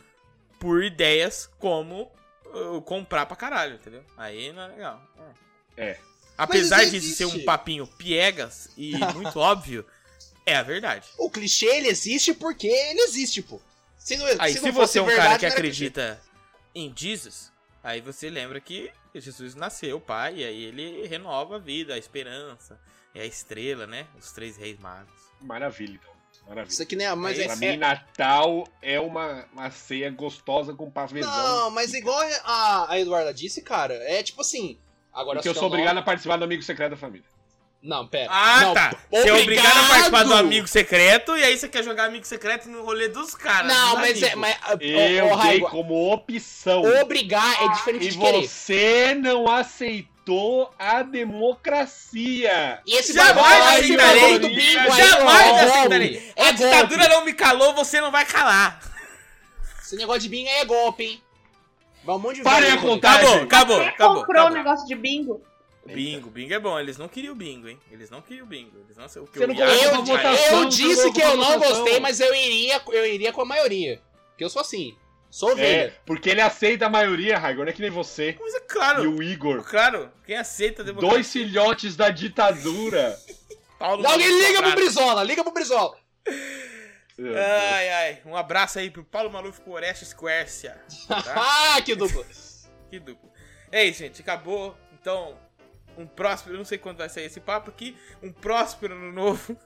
Speaker 1: por ideias como uh, comprar pra caralho, entendeu? Aí não é legal.
Speaker 3: É.
Speaker 1: Apesar
Speaker 2: isso
Speaker 1: disso ser um
Speaker 2: existe.
Speaker 1: papinho piegas e muito óbvio, é a verdade.
Speaker 2: O clichê ele existe porque ele existe, pô. Se, não,
Speaker 1: Aí, se,
Speaker 2: não fosse
Speaker 1: você é um
Speaker 2: verdade,
Speaker 1: cara que
Speaker 2: não era
Speaker 1: acredita em Jesus, aí você lembra que Jesus nasceu, pai, e aí ele renova a vida, a esperança, é a estrela, né? Os três reis magos.
Speaker 3: Maravilha, então.
Speaker 2: clichê.
Speaker 3: Maravilha.
Speaker 2: Isso aqui, né? Mas
Speaker 1: É
Speaker 2: é,
Speaker 3: Pra mim, Natal é uma, uma ceia gostosa com parmesão.
Speaker 2: Não, mas igual a, a Eduarda disse, cara, é tipo assim. Agora
Speaker 3: Porque eu
Speaker 2: se
Speaker 3: sou
Speaker 2: não-
Speaker 3: obrigado a participar do Amigo Secreto da Família.
Speaker 2: Não, pera.
Speaker 1: Ah,
Speaker 2: Não,
Speaker 1: tá. Você é obrigado a participar do amigo secreto, e aí você quer jogar amigo secreto no rolê dos caras.
Speaker 2: Não,
Speaker 1: dos
Speaker 2: mas é.
Speaker 1: amigos.
Speaker 2: Mas, ah,
Speaker 3: Eu
Speaker 2: ô, ô,
Speaker 3: dei
Speaker 2: Raigo,
Speaker 3: como opção.
Speaker 2: Obrigar é
Speaker 1: Ah,
Speaker 2: diferente
Speaker 3: E
Speaker 2: de querer.
Speaker 3: você não aceitou a democracia.
Speaker 2: E esse
Speaker 1: Jamais
Speaker 2: bagulho lá, esse
Speaker 1: aceitarei.
Speaker 2: bagulho do bingo aí,
Speaker 1: Jamais
Speaker 2: ó, é golpe.
Speaker 1: aceitarei.
Speaker 2: É
Speaker 1: A
Speaker 2: golpe.
Speaker 1: ditadura não me calou, você não vai calar.
Speaker 2: Esse negócio de bingo aí é golpe, hein? Vai um monte de
Speaker 3: Parem
Speaker 2: velho
Speaker 3: a
Speaker 2: aí.
Speaker 3: contar. Tá,
Speaker 1: Acabou,
Speaker 3: gente.
Speaker 1: acabou,
Speaker 4: Quem
Speaker 1: acabou.
Speaker 4: comprou o
Speaker 2: né?
Speaker 1: acabou.
Speaker 4: negócio de bingo?
Speaker 1: Bingo, bingo é bom. Eles não queriam o bingo, hein? Eles não queriam o bingo. Eles não o que
Speaker 3: Você
Speaker 1: o
Speaker 3: não
Speaker 1: Iago
Speaker 3: colocou
Speaker 1: não
Speaker 3: a
Speaker 1: faz.
Speaker 3: votação.
Speaker 2: Eu disse que eu não
Speaker 3: votação.
Speaker 2: gostei, mas eu iria, eu iria com a maioria. Porque eu sou assim. Sou
Speaker 3: É,
Speaker 2: ovelha.
Speaker 3: porque ele aceita a maioria, Raigor, não é que nem você.
Speaker 1: Mas é
Speaker 3: E
Speaker 1: claro,
Speaker 3: o Igor.
Speaker 1: claro. Quem aceita a democracia?
Speaker 3: Dois filhotes da ditadura.
Speaker 1: Paulo
Speaker 2: Não, Alguém
Speaker 1: Maluf
Speaker 2: liga pro
Speaker 1: Corrado.
Speaker 2: Brizola, liga pro Brizola.
Speaker 1: Ai, ai. Um abraço aí pro Paulo Maluf com Orestes Quércia. Tá?
Speaker 2: Ah, que dupla.
Speaker 1: Que duplo. É isso, gente. Acabou. Então, um próspero. Eu não sei quando vai sair esse papo aqui. Um próspero ano novo.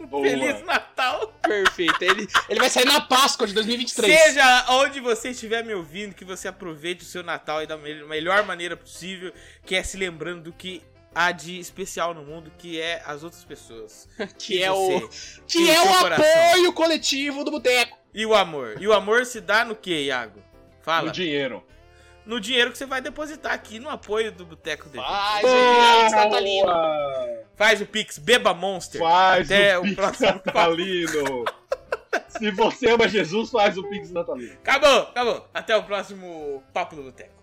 Speaker 1: Um
Speaker 3: Boa.
Speaker 1: Feliz Natal.
Speaker 2: Perfeito. Ele, ele vai sair na Páscoa de 2023.
Speaker 1: Seja onde você estiver me ouvindo, que você aproveite o seu Natal e da me- melhor maneira possível, que é se lembrando do que há de especial no mundo, que é as outras pessoas.
Speaker 2: que
Speaker 1: E
Speaker 2: é o,
Speaker 1: você.
Speaker 2: que
Speaker 1: E
Speaker 2: é
Speaker 1: o
Speaker 2: o
Speaker 1: seu coração.
Speaker 2: apoio coletivo do Boteco.
Speaker 1: E o amor. E o amor se dá no que, Iago? Fala.
Speaker 3: O dinheiro.
Speaker 1: No dinheiro que você vai depositar aqui no apoio do Boteco dele.
Speaker 2: Faz
Speaker 3: Boa!
Speaker 2: o Natalino.
Speaker 1: Faz o Pix, beba Monster.
Speaker 3: Faz
Speaker 1: Até
Speaker 3: o
Speaker 1: o
Speaker 3: Pix
Speaker 1: próximo papo.
Speaker 3: natalino. Se você ama Jesus, faz o Pix natalino.
Speaker 1: Acabou, acabou. Até o próximo Papo do Boteco.